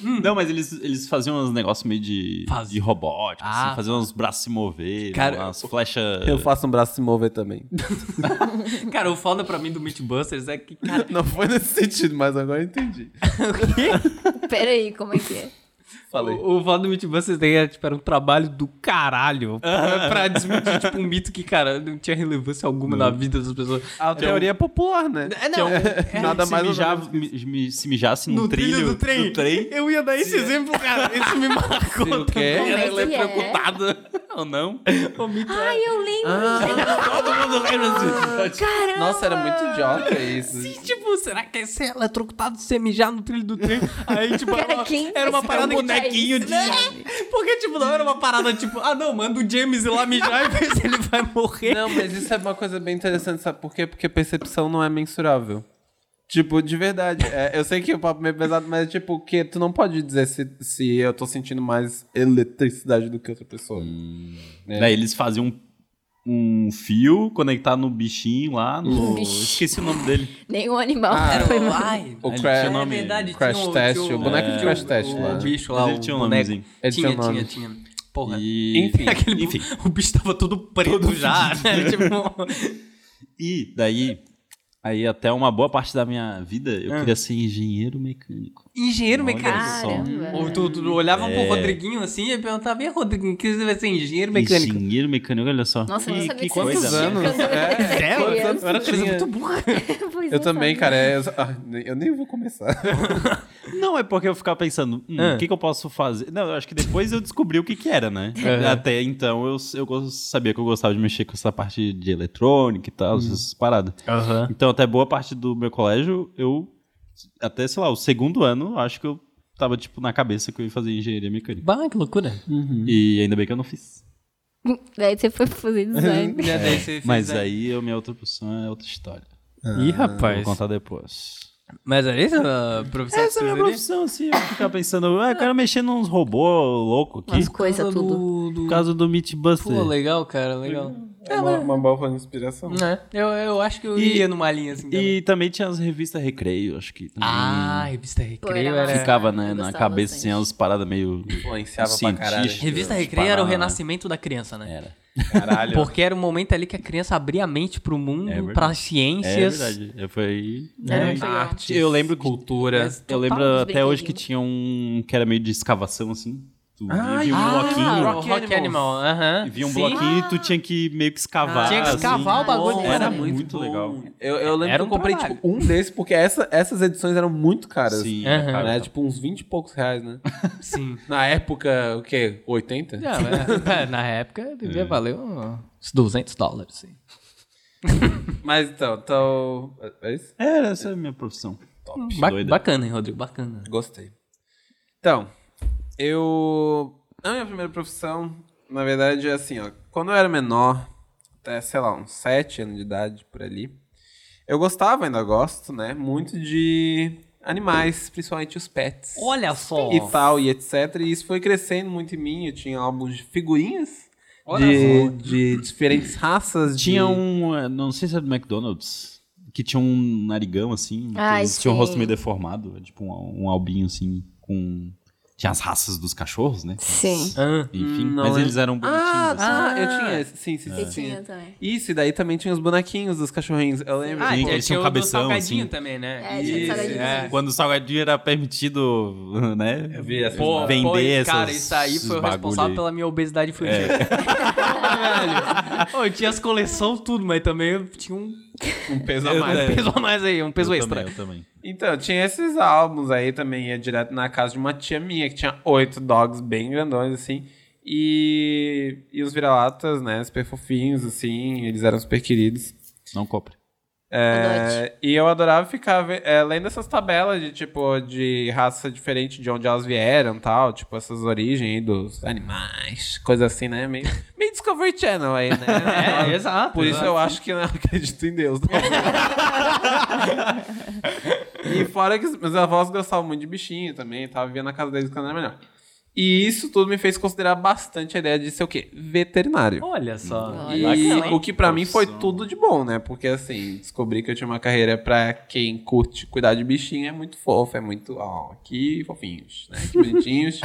S2: Não, mas eles, eles faziam uns negócios meio de,
S1: Faz-
S2: de robótica,
S1: Ah.
S2: assim, faziam uns braços se mover,
S1: Cara,
S2: umas flechas.
S3: Eu faço um braço se mover também.
S1: Cara, o foda pra mim do Mythbusters é que, cara,
S3: Não foi nesse sentido, mas agora eu entendi.
S5: Pera aí, como é que é?
S3: Falei.
S1: o, o foda do Mythbusters é tipo, era um trabalho do caralho pra, pra desmentir tipo, um mito que, cara, não tinha relevância alguma na vida das pessoas.
S3: A teoria popular, né?
S1: É, Ah, não, é,
S3: Nada
S5: Tá
S2: se,
S3: mais ou
S2: mijava, mi- mi- se mijasse num
S1: no
S2: trilho,
S1: trilho do trem. Eu ia dar esse exemplo, cara. Isso me marcou.
S3: o
S1: também.
S3: quê?
S5: Como é
S2: era
S5: que é?
S2: eletrocutada ou não.
S1: O mito é-
S5: Ai, eu lembro.
S2: Todo mundo lembra
S5: assim, tipo,
S2: disso.
S5: Caramba.
S3: Nossa, era muito idiota isso.
S1: Sim, tipo, será que é ser eletrocutado se mijar no trilho do trem? Aí, tipo,
S5: Cara,
S1: era uma,
S5: quem
S1: era uma
S5: vai
S1: parada que-
S5: saber bonequinho de-
S1: Né? Porque, tipo, não era uma parada tipo, ah, não, manda o James ir lá mijar e ver se ele vai morrer.
S3: Não, mas isso é uma coisa bem interessante, sabe por quê? Porque percepção não é mensurável. Tipo, de verdade. é, eu sei que o papo é meio pesado, mas tipo, que tu não pode dizer se, se eu tô sentindo mais eletricidade do que outra pessoa. É.
S2: Daí eles faziam um, um fio conectado no bichinho lá, no.
S1: Hum.
S5: Bichinho.
S2: Esqueci o nome dele.
S5: Nenhum um animal.
S3: Ah,
S5: foi mal.
S1: Ai,
S3: O
S2: Ele
S3: cra-
S1: é
S2: tinha nome.
S1: verdade,
S3: Crash
S1: tinha o,
S3: Test,
S1: tinha
S3: o boneco de
S1: é,
S3: Crash Test
S1: o,
S3: lá.
S1: O bicho
S2: Mas
S1: lá,
S2: ele
S1: o
S2: tinha um
S1: boneco.
S2: nomezinho.
S3: Ele
S1: tinha,
S3: tinha um
S1: tinha,
S3: nome.
S1: tinha. Porra.
S2: E...
S3: Enfim.
S1: Aquele,
S2: Enfim.
S1: O bicho tava todo preto já, né? Tipo,
S2: E daí, aí até uma boa parte da minha vida, eu
S1: Ah.
S2: queria ser engenheiro mecânico.
S1: engenheiro
S2: Olha
S1: mecânico.
S2: só.
S5: Caramba.
S1: Ou tu, tu olhava pro
S2: É.
S1: Rodriguinho assim e perguntava, e aí, Rodriguinho, o que você vai ser engenheiro mecânico?
S2: Engenheiro mecânico, olha só.
S5: Nossa, eu não sabia que, você
S2: coisa.
S3: quantos
S5: existia
S3: anos?
S5: quando
S3: É,
S5: você era
S1: quantos
S5: criança.
S3: anos?
S1: Eu era criança
S3: Tinha.
S1: muito burra.
S5: Pois
S3: Eu
S5: não
S3: também,
S5: sabia.
S3: cara. é- Eu, ah, eu nem vou começar.
S2: Não, é porque eu ficava pensando, hum,
S1: Ah.
S2: o que, que eu posso fazer? Não, eu acho que depois eu descobri o que que era, né?
S1: Aham.
S2: Até então eu, eu go- sabia que eu gostava de mexer com essa parte de eletrônica e
S1: Uhum.
S2: tal, essas paradas.
S1: Aham.
S2: Então até boa parte do meu colégio, eu... Até, sei lá, o segundo ano, eu acho que eu tava, tipo, na cabeça que eu ia fazer engenharia mecânica.
S1: Bah, que loucura. Uhum.
S2: E ainda bem que eu não fiz.
S5: Daí você foi fazer design.
S1: E Né, daí você fez
S2: Mas aí a minha é outra opção é outra história.
S1: Ih,
S2: Vou
S1: rapaz.
S2: contar depois.
S1: Mas é isso, ah, profissão?
S2: Essa é a minha profissão, assim, eu ficar pensando, ah, eu quero mexer nos robôs loucos aqui.
S5: Umas coisas, tudo.
S2: Por
S1: Do...
S2: causa do
S1: Pô,
S2: Meatbuster.
S1: legal, cara, legal.
S2: Hum.
S3: É uma, uma boa fonte de inspiração.
S1: Né? Eu, eu acho que eu
S2: E-
S1: ia numa linha assim também.
S2: E também tinha as revistas Recreio, acho que também
S1: Ah, é, Revista Recreio
S5: era
S1: era...
S5: massa.
S2: ficava
S5: eu
S2: né, na
S5: gostava
S2: cabeça
S5: bastante.
S2: assim, as paradas meio.
S3: Influenciava
S2: Cientista.
S3: pra caralho.
S1: Revista
S2: Deus,
S1: Recreio era o
S2: banana.
S1: renascimento da criança, né?
S2: Era.
S3: Caralho.
S1: Porque era o momento ali que a criança abria a mente pro mundo,
S2: É verdade.
S1: pras
S2: É
S1: ciências.
S2: verdade. Eu fui.
S5: Era
S1: né?
S5: muito legal.
S3: Arte,
S2: Eu lembro que-
S3: cultura.
S2: Eu lembro
S5: Total, uns
S2: até hoje que
S5: brinquedinhos.
S2: tinha um que era meio de escavação, assim. Tu
S3: Ah,
S2: via um
S3: ah,
S2: bloquinho.
S1: o
S3: Rock
S1: Rock Animal. é. aham.
S2: E via um
S1: Sim.
S2: bloquinho e tu tinha que meio que escavar.
S1: Tinha que
S2: assim.
S1: escavar Ah, o bagulho.
S2: Nossa,
S1: desse
S2: Era
S1: aí.
S2: muito, legal.
S3: Eu, eu lembro
S1: Era
S3: que
S1: um
S3: eu comprei
S1: trabalho.
S3: tipo, um desses, porque essa- essas edições eram muito caras.
S2: Sim,
S1: Aham.
S2: é caro,
S3: Né?
S2: tá.
S3: Tipo, uns 20 e poucos reais, né?
S1: Sim.
S3: Na época, o quê? 80?
S1: Não, é, na época devia valer um- uns 200 dólares. Sim.
S3: Mas então, então. É isso?
S2: Era essa é a minha profissão. Top.
S1: Ba-
S2: doida.
S1: bacana, hein, Rodrigo? Bacana.
S3: Gostei. Então, eu. A minha primeira profissão, na verdade, é assim, ó. Quando eu era menor, até, sei lá, uns 7 anos de idade por ali, eu gostava, ainda gosto, né? Muito de animais, principalmente os pets.
S1: Olha só.
S3: e tal, e etc. E isso foi crescendo muito em mim. Eu tinha álbuns de figurinhas
S1: Olha
S3: de, de diferentes raças.
S2: Tinha
S3: de...
S2: um. eh, Não sei se era do McDonald's. Que tinha um narigão, assim. que
S5: Ai,
S2: eles tinham um
S5: sim.
S2: rosto meio deformado. Tipo um, um albinho, assim, com. Tinha as raças dos cachorros, né?
S5: Sim.
S1: Ah,
S2: Enfim.
S3: Não,
S2: mas
S3: eu-
S2: eles eram bonitinhos.
S3: Ah,
S2: assim.
S3: ah, eu tinha. esse. Sim, sim, sim.
S5: Eu tinha também.
S3: Isso, e daí também tinha os bonequinhos dos cachorrinhos. Eu lembro.
S1: ah
S2: Sim,
S1: então
S2: eles
S1: tinha
S2: tinham
S1: o do
S2: cabeção,
S1: salgadinho
S2: assim.
S1: também, né?
S5: É, tinha
S3: Isso,
S5: salgadinho.
S1: é.
S2: Quando o salgadinho era permitido, né?
S3: Eu vi essas
S1: Pô,
S3: paradas.
S2: Vender
S1: pô,
S2: essas-
S1: cara, isso aí
S2: esses
S1: foi o
S2: bagulho
S1: responsável
S2: aí.
S1: pela minha obesidade
S2: É.
S1: infantil. Velho, eu tinha as coleções tudo, mas também eu tinha um
S3: um peso a
S2: Eu-
S3: mais.
S2: É.
S1: peso a mais aí, um peso
S2: eu
S1: extra.
S2: Também, eu também.
S3: Então, tinha esses álbuns aí também. Ia direto na casa de uma tia minha, que tinha oito dogs bem grandões, assim. E, e os vira-latas, né? Super fofinhos, assim. Eles eram super queridos.
S2: Não compre.
S5: É...
S3: E eu adorava ficar ve- é, lendo essas tabelas de tipo de raça diferente de onde elas vieram tal, tipo essas origens aí dos animais, coisa assim, né? Meio, meio Discovery Channel aí, né?
S1: É, exato.
S3: Por isso
S1: exato.
S3: eu acho que não acredito em Deus. não. e fora que os- meus avós gostavam muito de bichinho também, e tal, vivia na casa deles quando era melhor. E isso tudo me fez considerar bastante a ideia de ser o quê? Veterinário.
S1: Olha só.
S5: Olha
S3: E
S5: só, hein?
S3: o que pra mim foi
S2: Profissão.
S3: tudo de bom, né? Porque assim, descobri que eu tinha uma carreira pra quem curte cuidar de bichinho é muito fofo, é muito, ó, que fofinhos, né? Que bonitinhos.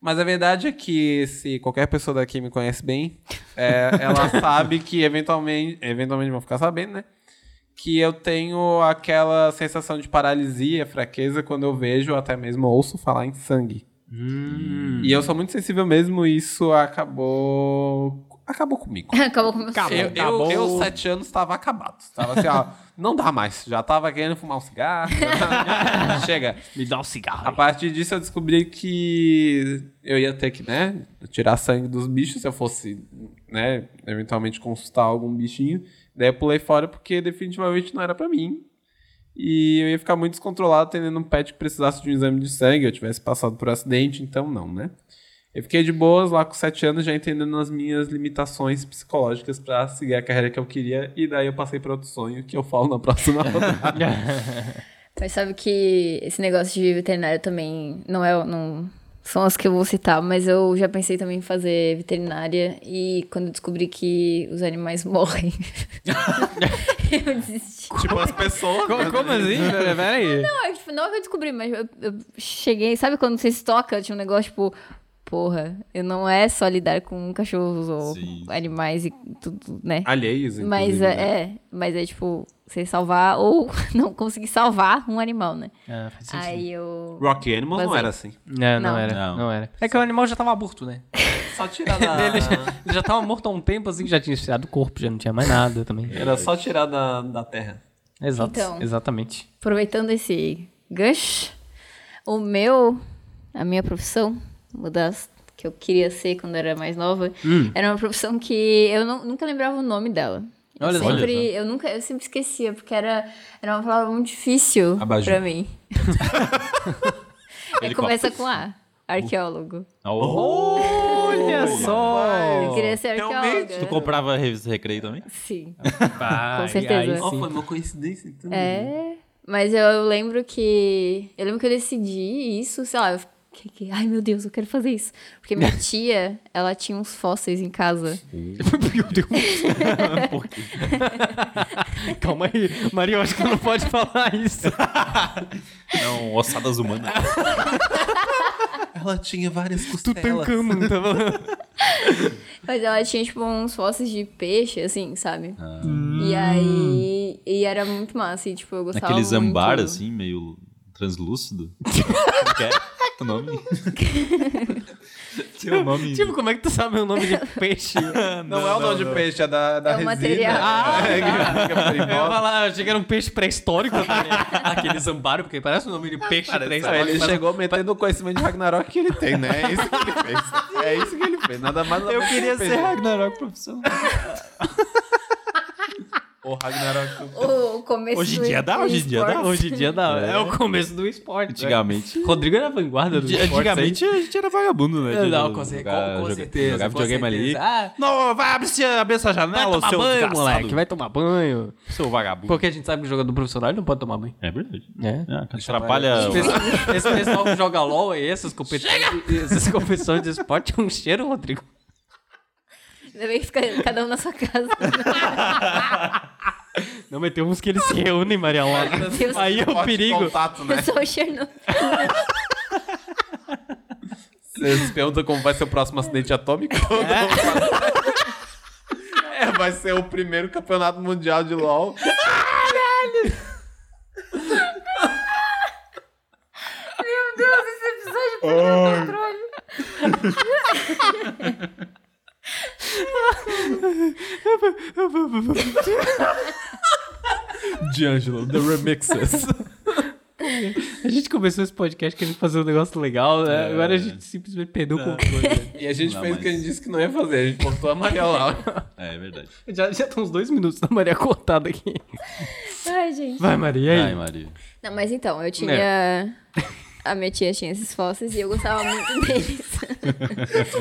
S3: Mas a verdade é que se qualquer pessoa daqui me conhece bem, é, ela sabe que eventualmente, eventualmente vão ficar sabendo, né? Que eu tenho aquela sensação de paralisia, fraqueza quando eu vejo, até mesmo ouço falar em sangue.
S1: Hum.
S3: E eu sou muito sensível mesmo, e isso acabou acabou comigo.
S5: Acabou com o meu
S1: Acabou.
S5: sonho.
S3: Eu,
S1: Tá
S3: eu,
S1: bom.
S3: eu, sete anos, tava acabado. Tava assim, ó, não dá mais. Já tava querendo fumar um cigarro. Chega.
S1: Me dá um cigarro.
S3: A partir disso, eu descobri que eu ia ter que, né, tirar sangue dos bichos se eu fosse, né, eventualmente consultar algum bichinho. Daí eu pulei fora porque definitivamente não era pra mim. E eu ia ficar muito descontrolado atendendo um pet que precisasse de um exame de sangue, eu tivesse passado por acidente, então não, né? Eu fiquei de boas lá com 7 anos, já entendendo as minhas limitações psicológicas pra seguir a carreira que eu queria, e daí eu passei pra outro sonho que eu falo na próxima rodada.
S5: Mas sabe que esse negócio de veterinário também não é. Não são as que eu vou citar, mas eu já pensei também em fazer veterinária e quando eu descobri que os animais morrem, eu desisti.
S3: tipo, as pessoas.
S1: Co- Como assim? Pera- pera aí.
S5: Não, eu, tipo, não é que eu descobri, mas eu, eu cheguei. Sabe quando você se toca? Tinha um negócio tipo. Porra, eu não é só lidar com cachorros ou
S2: Sim.
S5: animais e tudo, né?
S3: Alheios,
S5: Mas
S3: inclusive, né?
S5: é, é, mas é tipo, você salvar ou não conseguir salvar um animal, né?
S1: Ah, faz sentido.
S5: Aí eu.
S3: Rocky Animal
S5: Mas
S3: não
S5: é-
S3: era assim.
S1: Não, não,
S5: Não.
S1: era. Não.
S2: Não.
S1: era. É que o animal já tava aborto, né?
S3: Só tirar da.
S1: Ele já, ele já tava morto há um tempo, assim, que já tinha esfriado o corpo, já não tinha mais nada também.
S3: Era só tirar da, da terra.
S2: É.
S1: Exato,
S5: Então.
S1: exatamente.
S5: Aproveitando esse gancho, o meu, a minha profissão, uma das que eu queria ser quando era mais nova,
S1: Hum.
S5: era uma profissão que eu nu- nunca lembrava o nome dela. Eu
S1: Olha só.
S5: sempre, eu nunca, eu sempre esquecia porque era, era uma palavra muito difícil
S3: Abajur.
S5: pra mim. Ele
S2: Helicóptero.
S5: começa com A, arqueólogo.
S2: Oh!
S1: Olha
S5: Eu
S1: só!
S5: queria ser
S3: Realmente,
S2: Tu
S5: arqueóloga.
S2: comprava a revista Recreio também?
S5: Sim.
S1: Vai,
S5: Com certeza.
S1: aí sim.
S3: uma coincidência, então.
S5: É. Mas eu lembro que. Eu lembro que eu decidi isso, sei lá. Eu fiquei, que- ai meu Deus, eu quero fazer isso. Porque minha tia, ela tinha uns fósseis em casa.
S1: Meu Deus. Calma aí. Maria, eu acho que não pode falar isso.
S2: Não, ossadas humanas.
S3: Ela tinha várias costelas.
S1: Tutankhamon, tá falando?
S5: Mas ela tinha, tipo, uns fósseis de peixe, assim, sabe?
S2: Ah. Hum.
S5: E aí. E era muito massa, e, tipo,
S1: Tá
S5: eu gostava.
S2: Naquele zambar,
S5: muito.
S2: assim, meio translúcido. Como que é? O nome? Teu nome.
S1: Tipo, como é que tu sabe o nome de peixe?
S3: Não, é o nome de peixe, é da, da
S5: É o
S3: resina.
S5: material.
S1: Ah,
S3: é, que fica por
S1: Eu ia
S3: volta.
S1: falar, eu achei que era um peixe pré-histórico. tá ligado? Aquele zambário, porque parece o nome de peixe
S3: Não,
S1: pré-histórico.
S3: ele
S1: mas-
S3: chegou metendo o conhecimento de Ragnarok que ele tem, né? É isso que ele fez. É isso que ele fez. Nada mais nada
S2: Eu
S3: menos que
S2: queria
S3: ele fez.
S2: ser Ragnarok profissional.
S3: O Ragnarok.
S5: O começo
S2: Hoje em
S5: do-
S2: dia dá,
S5: do
S2: hoje em dia dá,
S5: esporte.
S1: Hoje em dia dá. É.
S2: É.
S1: o começo do esporte. né?
S2: Antigamente.
S1: Rodrigo era a vanguarda do esporte.
S2: Antigamente a gente era vagabundo, né?
S1: Não,
S2: De
S1: não, com, cer-
S2: jogar-
S1: com, com
S2: jogar-
S1: certeza.
S2: Jogar
S1: com
S2: videogame ali.
S1: certeza. Ah,
S2: Não, vai abrir, abrir essa
S1: vai
S2: janela,
S1: tomar
S2: seu
S1: banho,
S2: desgraçado.
S1: moleque. Vai tomar banho.
S2: Seu vagabundo.
S1: Porque a gente sabe que o jogador profissional ele não pode tomar banho.
S2: É verdade.
S1: É.
S2: É, atrapalha.
S1: Esse pessoal- Esse pessoal que joga LOL é e essas competições, essas competições de esporte é um cheiro, Rodrigo.
S5: Ainda bem que fica cada um na sua casa.
S1: Não, mas tem uns que eles se reúnem, Maria Laura.
S5: Deus.
S1: Aí é o
S3: Forte
S1: perigo.
S3: Contato, né?
S5: Eu sou o Chernobyl.
S3: Vocês perguntam como vai ser o próximo acidente atômico? É, vai ser o primeiro campeonato mundial de LOL.
S5: Meu Deus, esse episódio perdeu o controle.
S3: D'Angelo, The Remixes.
S1: A gente começou esse podcast querendo fazer um negócio legal, né?
S2: É.
S1: Agora a gente simplesmente perdeu o controle.
S3: E a gente
S2: Não,
S3: fez o que a
S2: mas-
S3: gente disse que não ia fazer. A gente cortou a Maria Laura.
S2: É, é verdade.
S1: já já estão uns dois minutos da Maria cortada aqui.
S5: Ai, gente.
S1: Vai, Maria. e aí?
S2: Ai, Maria.
S5: Não, mas então, eu tinha. A minha tia tinha esses fósseis e eu gostava muito deles.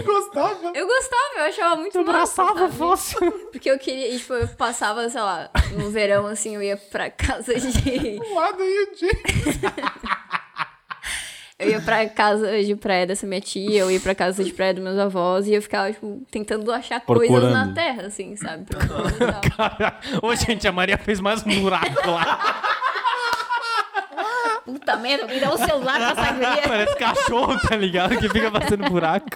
S3: Gostava.
S5: Eu gostava, eu achava muito
S1: Eu
S5: massa,
S1: abraçava o
S5: sabe?
S1: fóssil.
S5: Porque eu queria, e, tipo, eu passava, sei lá, no verão, assim, eu ia pra casa de.
S1: Um
S3: Lá do Yudi.
S5: Eu ia pra casa de praia dessa minha tia, eu ia pra casa de praia dos meus avós e eu ficava, tipo, tentando achar coisas na
S2: Procurando.
S5: terra, assim, sabe? Procurando e tal.
S1: Ô, gente, a Maria fez mais um buraco lá.
S5: Puta merda, alguém dá o celular pra essa guria.
S1: Parece cachorro, tá ligado? Que fica fazendo buraco.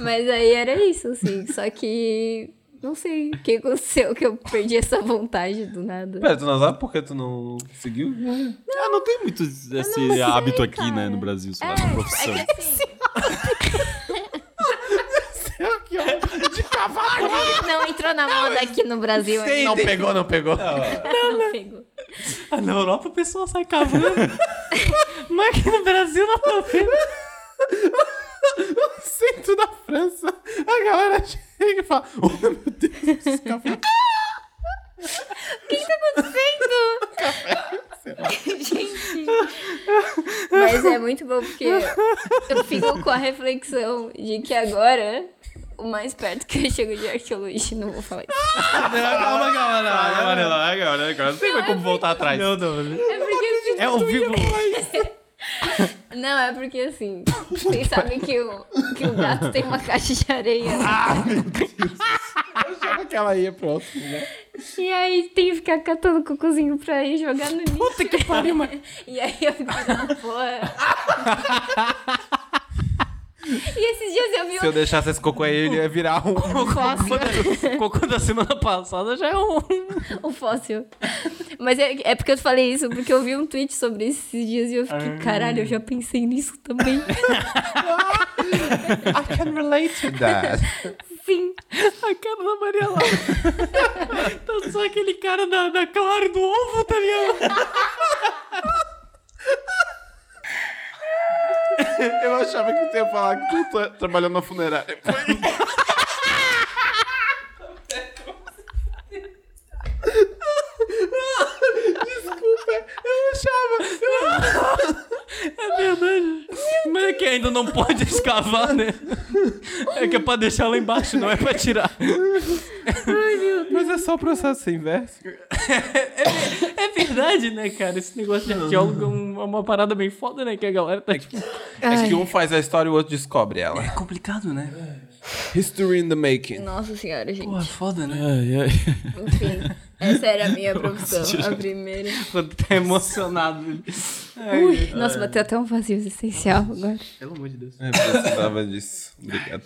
S5: Mas aí era isso, assim. Só que. Não sei o que aconteceu, que eu perdi essa vontade do nada.
S3: Pera, tu não sabe por que tu não seguiu?
S2: Ah, não tem muito esse
S5: sei,
S2: hábito aqui,
S5: cara.
S2: né, no Brasil, sei lá,
S5: É,
S2: na profissão.
S5: é que assim.
S3: De cavalo.
S5: Não entrou na moda aqui no Brasil ainda.
S3: Não pegou, não pegou.
S5: Não pegou.
S1: Ah, na Europa o pessoal sai cavando. Mas aqui no Brasil não tá vendo.
S3: Centro da França. A galera chega e fala: Oh, meu Deus, esse cavalo.
S5: tá Gente. Mas é muito bom porque eu fico com a reflexão de que agora. O mais perto que eu chego de arqueologia, não vou falar isso.
S2: Calma, calma,
S3: Ah,
S2: calma, calma, calma, calma. Não tem mais como voltar atrás.
S1: Não, não.
S5: É porque,
S1: É ao vivo.
S5: não, é porque assim, vocês sabem que o, que o gato tem uma caixa de areia.
S3: Ah, Eu achava que ela ia pra outro né? lugar.
S5: E aí tem que ficar catando cocôzinho pra ir jogar no lixo.
S1: Puta que pariu, mano.
S5: E aí eu fico na porra. e esses dias eu vi
S3: Se eu deixasse esse cocô aí, ele ia virar um.
S1: O cocô da, cocô da semana passada já é um.
S5: o fóssil. Mas é, é porque eu falei isso, porque eu vi um tweet sobre isso esses dias e eu
S1: Ah.
S5: fiquei, caralho, eu já pensei nisso também.
S3: I can relate to that.
S5: Sim.
S1: A cara da Maria lá. tá só aquele cara da, da Clara e do ovo, tá ligado?
S3: Eu achava que tu ia falar que tu tá trabalhando na funerária. Desculpa, eu achava.
S1: É verdade. Mas é que ainda não pode escavar, né? É que é pra deixar lá embaixo, não é pra tirar.
S3: Mas é só o processo inverso.
S1: É verdade, né, cara? Esse negócio de arqueólogo é um- é uma parada bem foda, né? Que a galera tá tipo.
S3: É que um faz a história e o outro descobre ela.
S1: É complicado, né?
S3: History in the making.
S5: Nossa senhora, gente.
S1: Pô, é foda, né?
S2: Ai, ai.
S5: Enfim, essa era a minha profissão, a primeira.
S1: Quando tá emocionado. velho.
S5: Ui, nossa, bateu até um vazio existencial agora.
S1: Pelo amor de Deus.
S3: Eu precisava disso. Obrigado.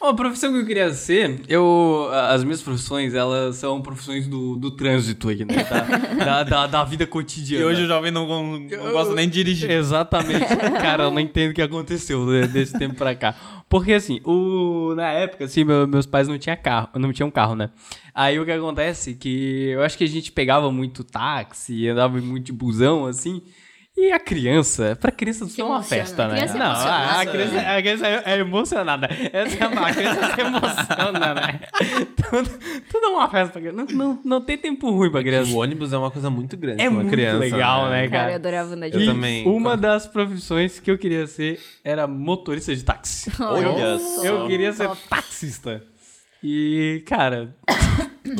S1: Uma profissão que eu queria ser, eu. a- As minhas profissões, elas são profissões do, do trânsito aqui, né? Da, da, da- da vida cotidiana.
S2: E hoje o jovem não, não- não gosta nem de dirigir.
S1: Exatamente. né? Cara, eu não entendo o que aconteceu né, desse tempo pra cá. Porque assim, o, na época, assim, meu- meus pais não tinham carro, não tinham carro, né? Aí o que acontece é que eu acho que a gente pegava muito táxi, andava muito de busão, assim. E a criança, pra criança tudo
S5: Se
S1: é uma
S5: emociona.
S1: festa, né?
S5: Criança é
S1: não, a, a
S5: emocionada.
S1: criança, a criança é é emocionada. Essa é a, a criança se emociona, né? Tudo, tudo é uma festa pra criança. Não, não, não tem tempo ruim pra criança.
S3: O ônibus é uma coisa muito grande.
S1: É
S3: pra uma
S1: muito
S3: criança,
S1: legal, né, Um-
S5: Cara,
S1: cara?
S5: eu adorava andar de
S3: Eu
S1: E
S5: carro.
S3: também.
S1: Uma das profissões que eu queria ser era motorista de táxi.
S2: Olha só.
S1: Eu queria ser taxista. E, cara,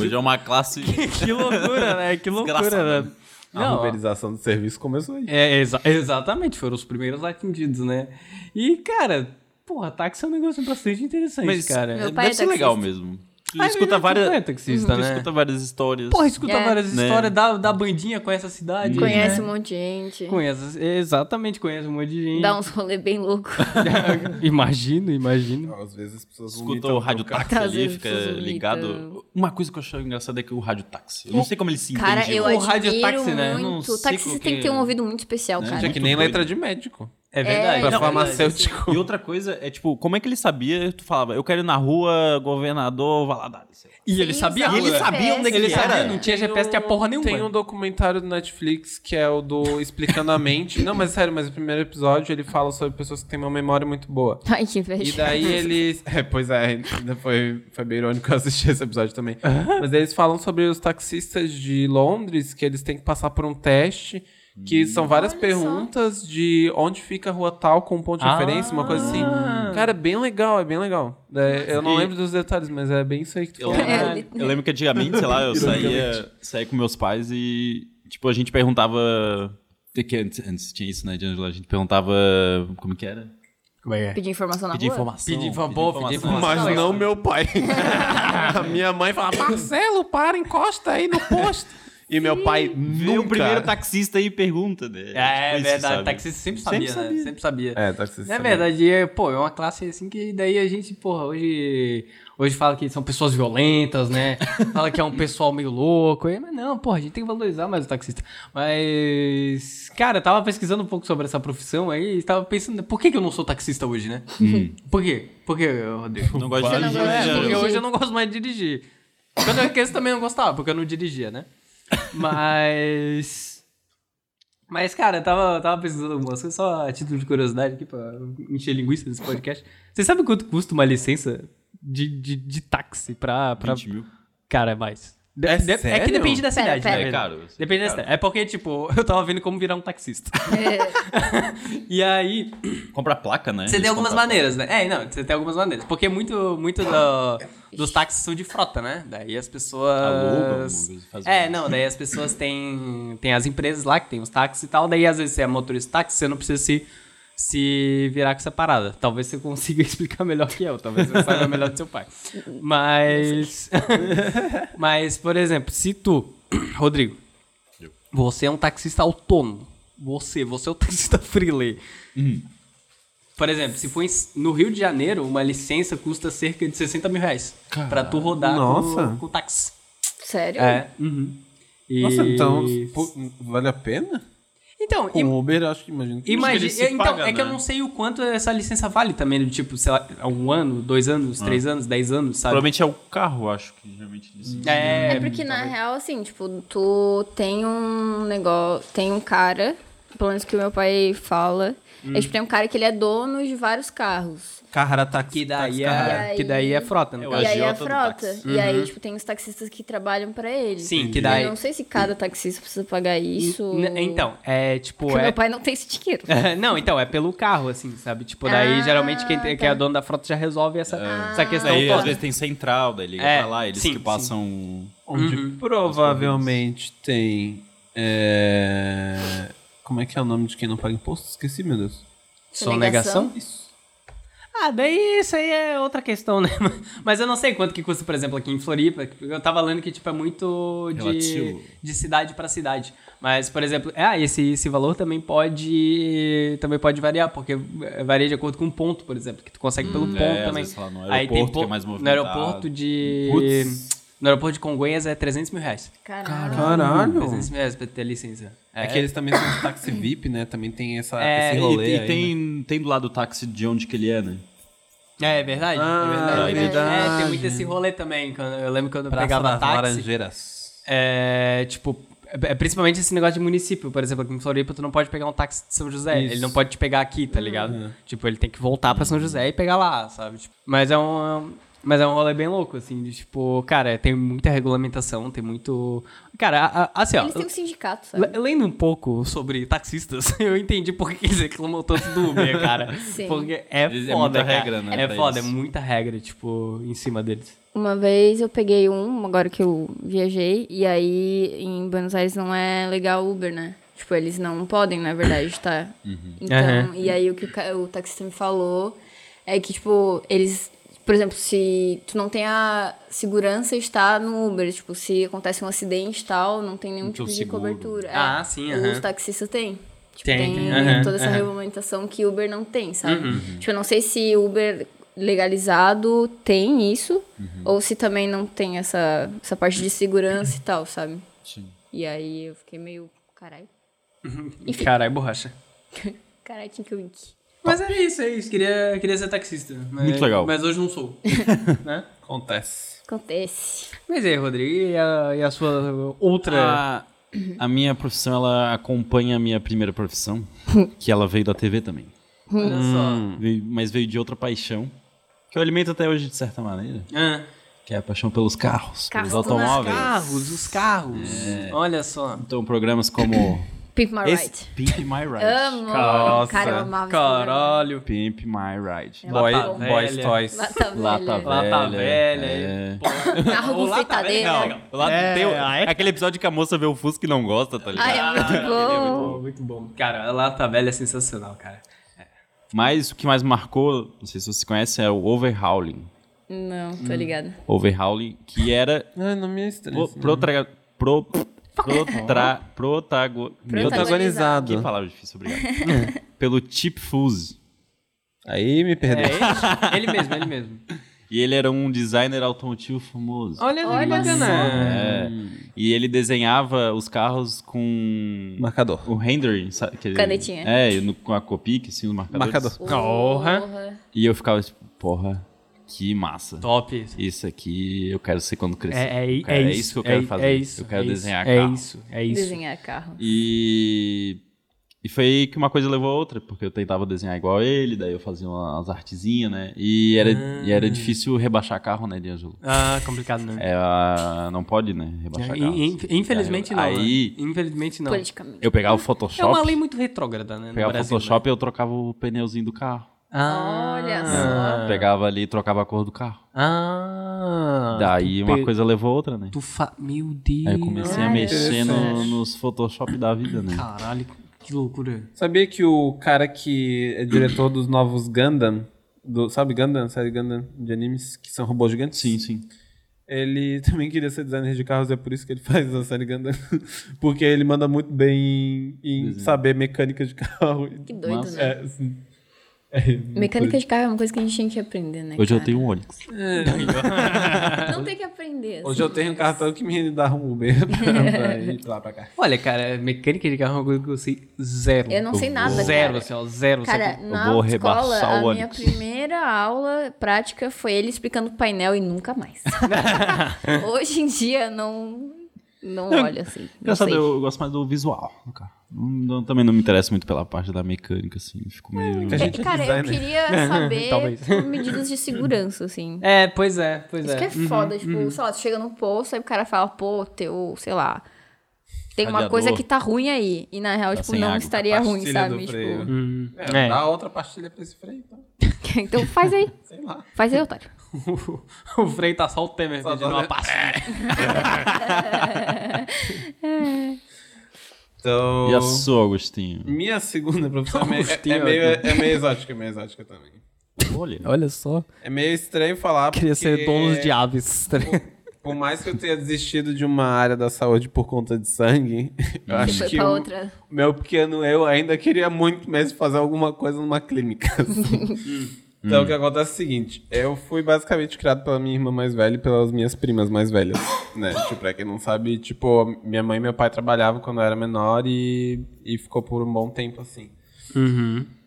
S2: Hoje é uma classe.
S1: que loucura, né? Que loucura,
S2: Desgraçado.
S1: né?
S3: A
S1: Não,
S3: uberização do serviço começou aí.
S1: é, exa- exatamente, foram os primeiros atendidos, né? E, cara, porra, táxi é um negócio bastante interessante,
S2: Mas,
S1: cara.
S5: Meu
S2: Deve
S5: pai é
S2: ser legal
S5: taxista.
S2: mesmo. Tu
S1: Mas
S2: escuta várias.
S1: Não é taxista,
S2: tu
S1: né?
S2: escuta várias histórias.
S1: Porra, escuta
S5: É.
S1: várias
S2: Né?
S1: histórias da, da bandinha com essa cidade.
S5: Conhece um
S1: né?
S5: monte de gente.
S1: Conhece, exatamente, conhece um monte de gente.
S5: Dá uns rolê bem louco.
S1: imagino, imagino.
S3: Às vezes as pessoas
S2: Escuta
S3: vomitam
S2: o
S3: com
S2: rádio táxi
S5: Às
S2: ali,
S5: vezes
S2: fica
S5: vocês vomitam.
S2: ligado. Uma coisa que eu acho engraçada é que o rádio táxi. Eu não sei como ele se
S5: Cara,
S2: entende.
S5: eu
S1: O
S5: admiro
S1: rádio é táxi, né? Eu não
S5: muito.
S2: sei
S5: Táxi
S2: como
S5: você tem que
S2: que-
S5: ter um ouvido muito especial, cara.
S3: É que nem letra de médico.
S1: É verdade.
S5: Pra
S1: Não,
S3: farmacêutico.
S2: E outra coisa é, tipo, como é que ele sabia? Tu falava, eu quero ir na rua, governador, Valadares. sei lá.
S1: E ele sabia.
S5: usava
S2: E ele
S5: GPS.
S2: sabia onde é que
S1: Ele
S2: Que
S1: sabia,
S2: era?
S1: não tinha GPS, tinha porra nenhuma.
S3: Tem um documentário do Netflix que é o do Explicando a Mente. Não, mas sério, mas o primeiro episódio ele fala sobre pessoas que têm uma memória muito boa.
S5: Ai,
S3: E
S5: que inveja.
S3: daí eles. É, pois é, ainda foi, foi bem irônico eu assistir esse episódio também. Mas eles falam sobre os taxistas de Londres, que eles têm que passar por um teste, que são várias
S5: Olha só.
S3: perguntas de onde fica a rua tal com um ponto de
S1: Ah.
S3: referência, uma coisa assim.
S5: Ah.
S3: Cara, é bem legal, é bem legal. É, eu não
S2: E-
S3: lembro dos detalhes, mas é bem isso aí que tu
S2: Eu
S3: falou.
S5: É,
S2: lembro,
S5: ele-
S2: eu lembro que antigamente, sei lá, eu saía, saía com meus pais e, tipo, a gente perguntava. é Que antes, antes tinha isso, né, D'Angelo? A gente perguntava. Como que era?
S1: Como é que é?
S5: Pedir informação na
S2: Pedir
S5: rua?
S2: informação.
S1: Pedir fa- boa, pedir informação.
S3: Mas não meu pai. a minha mãe fala, Marcelo, para, encosta aí no posto. E meu pai
S2: Vê
S3: nunca...
S2: o primeiro taxista e pergunta, né?
S1: É,
S2: Tipo isso,
S1: verdade,
S2: sabe?
S1: taxista sempre sabia,
S2: Sempre
S1: né?
S2: sabia.
S1: Sempre sabia.
S3: É, taxista.
S1: É verdade, é, pô, é uma classe assim que daí a gente, porra, hoje, hoje fala que são pessoas violentas, né? Fala que é um pessoal meio louco, e- mas não, porra, a gente tem que valorizar mais o taxista. Mas, cara, eu tava pesquisando um pouco sobre essa profissão aí e tava pensando, por que, que eu não sou taxista hoje, né? Por quê? Por que, Rodrigo?
S2: Não gosto
S5: Você
S2: de
S5: não gosta de
S2: dirigir.
S1: É, Porque
S5: dirigir.
S1: hoje eu não gosto mais de dirigir. Quando eu era criança também não gostava, porque eu não dirigia, né? Mas. Mas, cara, eu tava, tava pesquisando algumas coisas, só a título de curiosidade aqui pra encher linguiça desse podcast. Você sabe quanto custa uma licença de, de, de táxi pra. pra...
S2: 20 mil.
S1: Cara, é mais. De-
S3: É
S1: de- é que
S3: sério?
S1: depende da
S5: Pera,
S1: cidade,
S5: pera.
S1: né?
S2: É caro.
S1: Depende da cidade. É porque, tipo, eu tava vendo como virar um taxista.
S5: É,
S1: E aí.
S2: Compra placa, né?
S1: Você
S2: Eles
S1: tem algumas
S2: compram-
S1: maneiras, né? É, não, você tem algumas maneiras. Porque muito, muito do- dos táxis são de frota, né? Daí as
S2: Alugam, alguma
S1: pessoas.
S2: coisa, faz
S1: É,
S2: um-
S1: não, daí as pessoas têm. Tem as empresas lá que tem os táxis e tal. Daí às vezes você é motorista de táxi, você não precisa se, se virar com essa parada. Talvez você consiga explicar melhor que eu, talvez você saiba melhor do seu pai. Mas. Mas, por exemplo, se tu, Rodrigo, você é um taxista autônomo. Você, você é o taxista freelay. Por exemplo, se for em- no Rio de Janeiro, uma licença custa cerca de 60 mil reais. pra tu rodar
S3: Nossa.
S1: com, com táxi.
S5: sério?
S1: É. uhum. E-
S3: Nossa, então, pô, vale a pena?
S1: Então,
S3: Com o Uber, acho que imagino que...
S1: imagina.
S2: se
S1: Então,
S2: paga,
S1: é que eu
S2: né?
S1: não sei o quanto essa licença vale também. Tipo, sei lá, um ano, dois anos, três anos, dez anos, sabe?
S2: Provavelmente é o carro, acho que geralmente eles.
S5: É porque, na real, assim, tipo, tu tem um negócio. Tem um cara, pelo menos que o meu pai fala,
S1: Hum.
S5: É tipo, tem um cara que ele é dono de vários carros.
S1: Que
S3: Carrataque
S1: daí,
S5: cara.
S1: é, que daí é frota, né?
S2: Tá Eu acho.
S5: E aí é a
S2: agiota do
S5: frota.
S2: táxi.
S5: E aí, tipo, tem os taxistas que trabalham pra
S1: Uhum.
S5: ele.
S1: Sim, que
S2: Entendi.
S5: Eu
S1: daí...
S5: não sei se cada taxista precisa pagar isso.
S1: N- Então, é tipo...
S5: Porque
S1: é-
S5: meu pai não tem esse dinheiro.
S1: não, então, é pelo carro, assim, sabe? Tipo, daí
S5: Ah,
S1: geralmente quem, tem- quem é
S5: tá. Ah.
S1: dono da frota já resolve essa, essa questão
S5: é um
S2: Daí, às
S1: toda.
S2: vezes, tem central, daí liga
S1: É,
S2: pra lá, eles
S1: sim,
S2: que
S1: sim.
S2: passam...
S3: Onde provavelmente tem. é, Como é que é o nome de quem não paga imposto? Esqueci, meu Deus.
S5: Sonegação?
S3: Isso.
S1: Ah, daí isso aí é outra questão, né? Mas eu não sei quanto que custa, por exemplo, aqui em Floripa. Eu tava lendo que, tipo, é muito de,
S2: Relativo.
S1: de cidade pra cidade. Mas, por exemplo, é, ah, esse, esse valor também pode também pode variar, porque varia de acordo com o ponto, por exemplo, que tu consegue pelo ponto
S2: é, às
S1: também.
S2: vezes lá no
S1: Aí tem
S2: aeroporto que é
S1: po-
S2: mais
S1: No
S2: movimentado.
S1: aeroporto de...
S2: Putz.
S1: No aeroporto de Congonhas é 300 mil reais.
S5: Caralho.
S3: Caralho.
S1: 300 mil reais pra ter licença.
S3: É que eles também são de táxi VIP, né? Também tem essa,
S1: É,
S2: E,
S3: esse rolê.
S2: e
S3: aí, né?
S2: tem, tem do lado do táxi de onde que ele é, né?
S1: É, é verdade.
S3: Ah,
S1: é verdade.
S3: verdade.
S1: É, tem muito esse rolê também. quando- eu lembro quando eu
S3: Praça
S1: pegava
S3: das
S1: táxi.
S3: Laranjeiras.
S1: É, tipo, é, é principalmente esse negócio de município, por exemplo, aqui em Floripa tu não pode pegar um táxi de São José,
S3: Isso.
S1: ele não pode te pegar aqui, tá ligado?
S2: Uhum.
S1: Tipo, ele tem que voltar pra São José e pegar lá, sabe? Tipo, mas é um, é um- mas é um rolê bem louco, assim, de tipo, cara, tem muita regulamentação, tem muito... Cara, a- a- assim, ó...
S5: Eles têm um sindicato, sabe?
S1: le- Lendo um pouco sobre taxistas, eu entendi por que eles reclamam tanto do Uber, cara.
S5: Sim.
S1: Porque é
S2: Eles-
S1: foda,
S2: é muita
S1: cara.
S2: regra, né,
S1: É
S2: pra
S1: foda,
S2: eles.
S1: é muita regra, tipo, em cima deles.
S5: Uma vez eu peguei um, agora que eu viajei, e aí em Buenos Aires não é legal Uber, né? Tipo, eles não podem, na verdade, tá?
S1: Uhum.
S5: Então,
S1: Aham.
S5: e aí o que o, ca- o taxista me falou é que, tipo, eles. Por exemplo, se tu não tem a segurança de estar no Uber, tipo, se acontece um acidente e tal, não tem nenhum
S2: Não tem
S5: tipo
S2: o
S5: de
S2: seguro.
S5: cobertura. É,
S1: Então, Ah, sim, aham.
S5: Os taxistas têm. Tipo,
S1: Tem,
S5: tem,
S1: tem, aham,
S5: toda essa
S1: aham. Uhum,
S5: regulamentação que Uber não tem, sabe? Tipo, eu não sei se Uber legalizado tem isso,
S1: Uhum.
S5: ou se também não tem essa, essa parte de segurança e tal, sabe? E aí eu fiquei meio, caralho,
S2: é
S1: Caralho, borracha.
S5: caralho, Tinky Wink.
S1: Mas era isso, é isso. Queria, queria ser taxista. mas-
S2: Muito legal.
S1: Mas hoje não sou. né?
S3: Acontece.
S5: Acontece.
S1: Mas e aí, Rodrigo, e a, e a sua outra.
S2: A, a minha profissão, ela acompanha a minha primeira profissão, que ela veio da TV também.
S1: Olha
S2: Hum.
S1: só.
S2: Veio- mas veio de outra paixão, que eu alimento até hoje de certa maneira,
S1: Ah,
S2: que é a paixão pelos carros,
S5: Carros
S2: pelos
S5: do
S1: os
S2: automóveis.
S1: carros, os carros. Olha só.
S2: Então, programas como
S5: Pimp My
S2: esse,
S5: Ride.
S2: Pimp My Ride.
S5: Amo!
S1: Nossa,
S5: Cara, eu amava esse programa.
S1: Caralho.
S2: Pimp My Ride.
S5: Ela
S3: Boy,
S1: tá
S3: boys
S1: velha.
S3: Toys.
S5: É Lata
S2: Lata
S5: velha.
S1: Lá tá
S2: Velha,
S1: velha.
S2: é.
S1: aí, pô.
S5: Carro
S1: Ou
S5: com
S1: lá tá
S5: fritadeira.
S1: velha,
S2: Não, lá
S1: É,
S2: tem o-
S1: aí-
S2: aquele episódio que a moça vê o Fusca e não gosta, tá ligado?
S5: Ai, é muito bom.
S1: Pô, Ah, muito bom. Cara, a lata velha é sensacional, cara.
S2: Mas o que mais marcou, não sei se você conhece, é o overhauling.
S5: Não, tô ligada.
S2: Overhauling, que era
S3: Ah, não me
S2: pro,
S3: estranha.
S2: protra, pro, protra, protago, meu Deus,
S3: Protagonizado.
S2: que palavra difícil, obrigado. É. Pelo Chip Fuse.
S3: Aí me
S1: É
S3: perdeu.
S1: ele? ele mesmo, ele mesmo.
S2: E ele era um designer automotivo famoso.
S1: Olha, que
S5: Olha
S1: bacana.
S2: É, e ele desenhava os carros com
S3: Marcador.
S2: o rendering, sabe? que ele-
S5: Canetinha.
S2: É, e no- com a Copic, assim, no marcador.
S3: Marcador.
S1: Porra.
S2: E eu ficava tipo, porra, que massa.
S1: Top isso.
S2: Isso aqui eu quero ser quando crescer.
S1: É, é,
S2: Eu quero-
S1: é
S2: isso, que eu quero
S1: é-
S2: fazer.
S1: É isso.
S2: eu quero
S1: é isso,
S2: desenhar
S1: É
S2: carro.
S1: isso, é isso.
S5: Desenhar carro.
S2: E... e foi aí que uma coisa levou a outra, porque eu tentava desenhar igual ele, daí eu fazia umas artezinhas, né? E era, e era difícil rebaixar carro, né, D'Angelo?
S1: Ah, complicado, né?
S2: É, a- não pode, né, rebaixar carro.
S1: In- in- Infelizmente não.
S2: Aí-
S1: né? Infelizmente não.
S5: Politicamente.
S2: Eu pegava o
S1: É uma lei
S2: Photoshop,
S1: muito retrógrada, né? no
S2: pegava o
S1: Brasil,
S2: Photoshop e eu trocava o pneuzinho do carro.
S1: né? Ah,
S5: Olha só.
S2: Pegava ali e trocava a cor do carro.
S1: Ah.
S2: daí
S1: tu
S2: uma
S1: pe-
S2: coisa levou a outra, né?
S1: Tu Ah, fa... Meu Deus.
S2: Aí eu comecei a
S5: Caralho.
S2: mexer no-
S5: Interessante.
S2: nos Photoshop da vida, né?
S1: Caralho, que loucura.
S3: Sabia que o cara que é diretor dos novos Gundam, do, sabe Gundam, série Gundam de animes, que são robôs gigantes?
S2: Sim, sim.
S3: Ele também queria ser designer de carros, é por isso que ele faz a série Gundam. Porque ele manda muito bem em, em saber mecânica de carro.
S5: Que doido,
S2: Nossa.
S5: né?
S3: É, assim, é,
S5: Mecânica de carro é uma coisa que a gente tinha que aprender, né?
S2: Hoje eu
S5: cara?
S2: tenho um Onix.
S5: Não tem que aprender. assim.
S3: Hoje eu tenho um cartão que me dá um Uber pra, pra ir lá pra cá.
S1: Olha, cara, mecânica de carro é uma coisa que eu sei zero.
S5: Eu não sei nada,
S1: Zero,
S5: cara.
S1: assim, ó, zero.
S5: Cara,
S1: sabe?
S5: na
S2: vou
S5: escola,
S2: rebaçar o
S5: a minha
S2: Onix.
S5: primeira aula prática foi ele explicando o painel e nunca mais. Hoje em dia, não, não olho assim. Não
S2: Engraçado,
S5: sei.
S2: eu gosto mais do visual do carro. Não- também não me interessa muito pela parte da mecânica, assim. Fico meio.
S3: A gente é
S5: Cara, eu
S3: designer.
S5: queria saber
S1: Talvez.
S5: por medidas de segurança, assim.
S1: É, pois é, pois
S5: Isso que
S1: é.
S5: é foda, tipo, sei lá, tu chega num posto, aí o cara fala, pô, teu, sei lá, tem uma
S2: Radiador.
S5: coisa que tá ruim aí. E na real,
S2: Tá
S5: tipo,
S2: sem
S5: não
S2: água.
S5: estaria ruim,
S3: Pastilha do
S5: sabe?
S3: freio.
S5: Tipo,
S3: É,
S1: É.
S3: Dá outra pastilha pra esse freio, então.
S5: então faz aí.
S3: Sei lá.
S5: Faz aí, otário.
S1: o freio tá só o Temer
S3: Só
S1: pedindo
S3: dá-
S1: uma pastilha.
S3: Então.
S2: E a sua, Agostinho?
S3: Minha segunda profissão é meio, é,
S1: Agostinho,
S3: é meio, é meio exótica, é meio exótica também.
S2: Olha.
S7: Olha só,
S3: É meio estranho falar
S7: queria
S3: porque-
S7: ser dono de aves. tá ligado?
S3: Por mais que eu tenha desistido de uma área da saúde por conta de sangue, eu
S5: Você
S3: acho
S5: foi
S3: que um
S5: pra
S3: o
S5: outra.
S3: meu pequeno eu ainda queria muito mesmo fazer alguma coisa numa clínica. assim. então o que acontece é o seguinte: eu fui basicamente criado pela minha irmã mais velha e pelas minhas primas mais velhas, né? Tipo, pra quem não sabe, tipo, minha mãe e meu pai trabalhavam quando eu era menor e, e ficou por um bom tempo assim.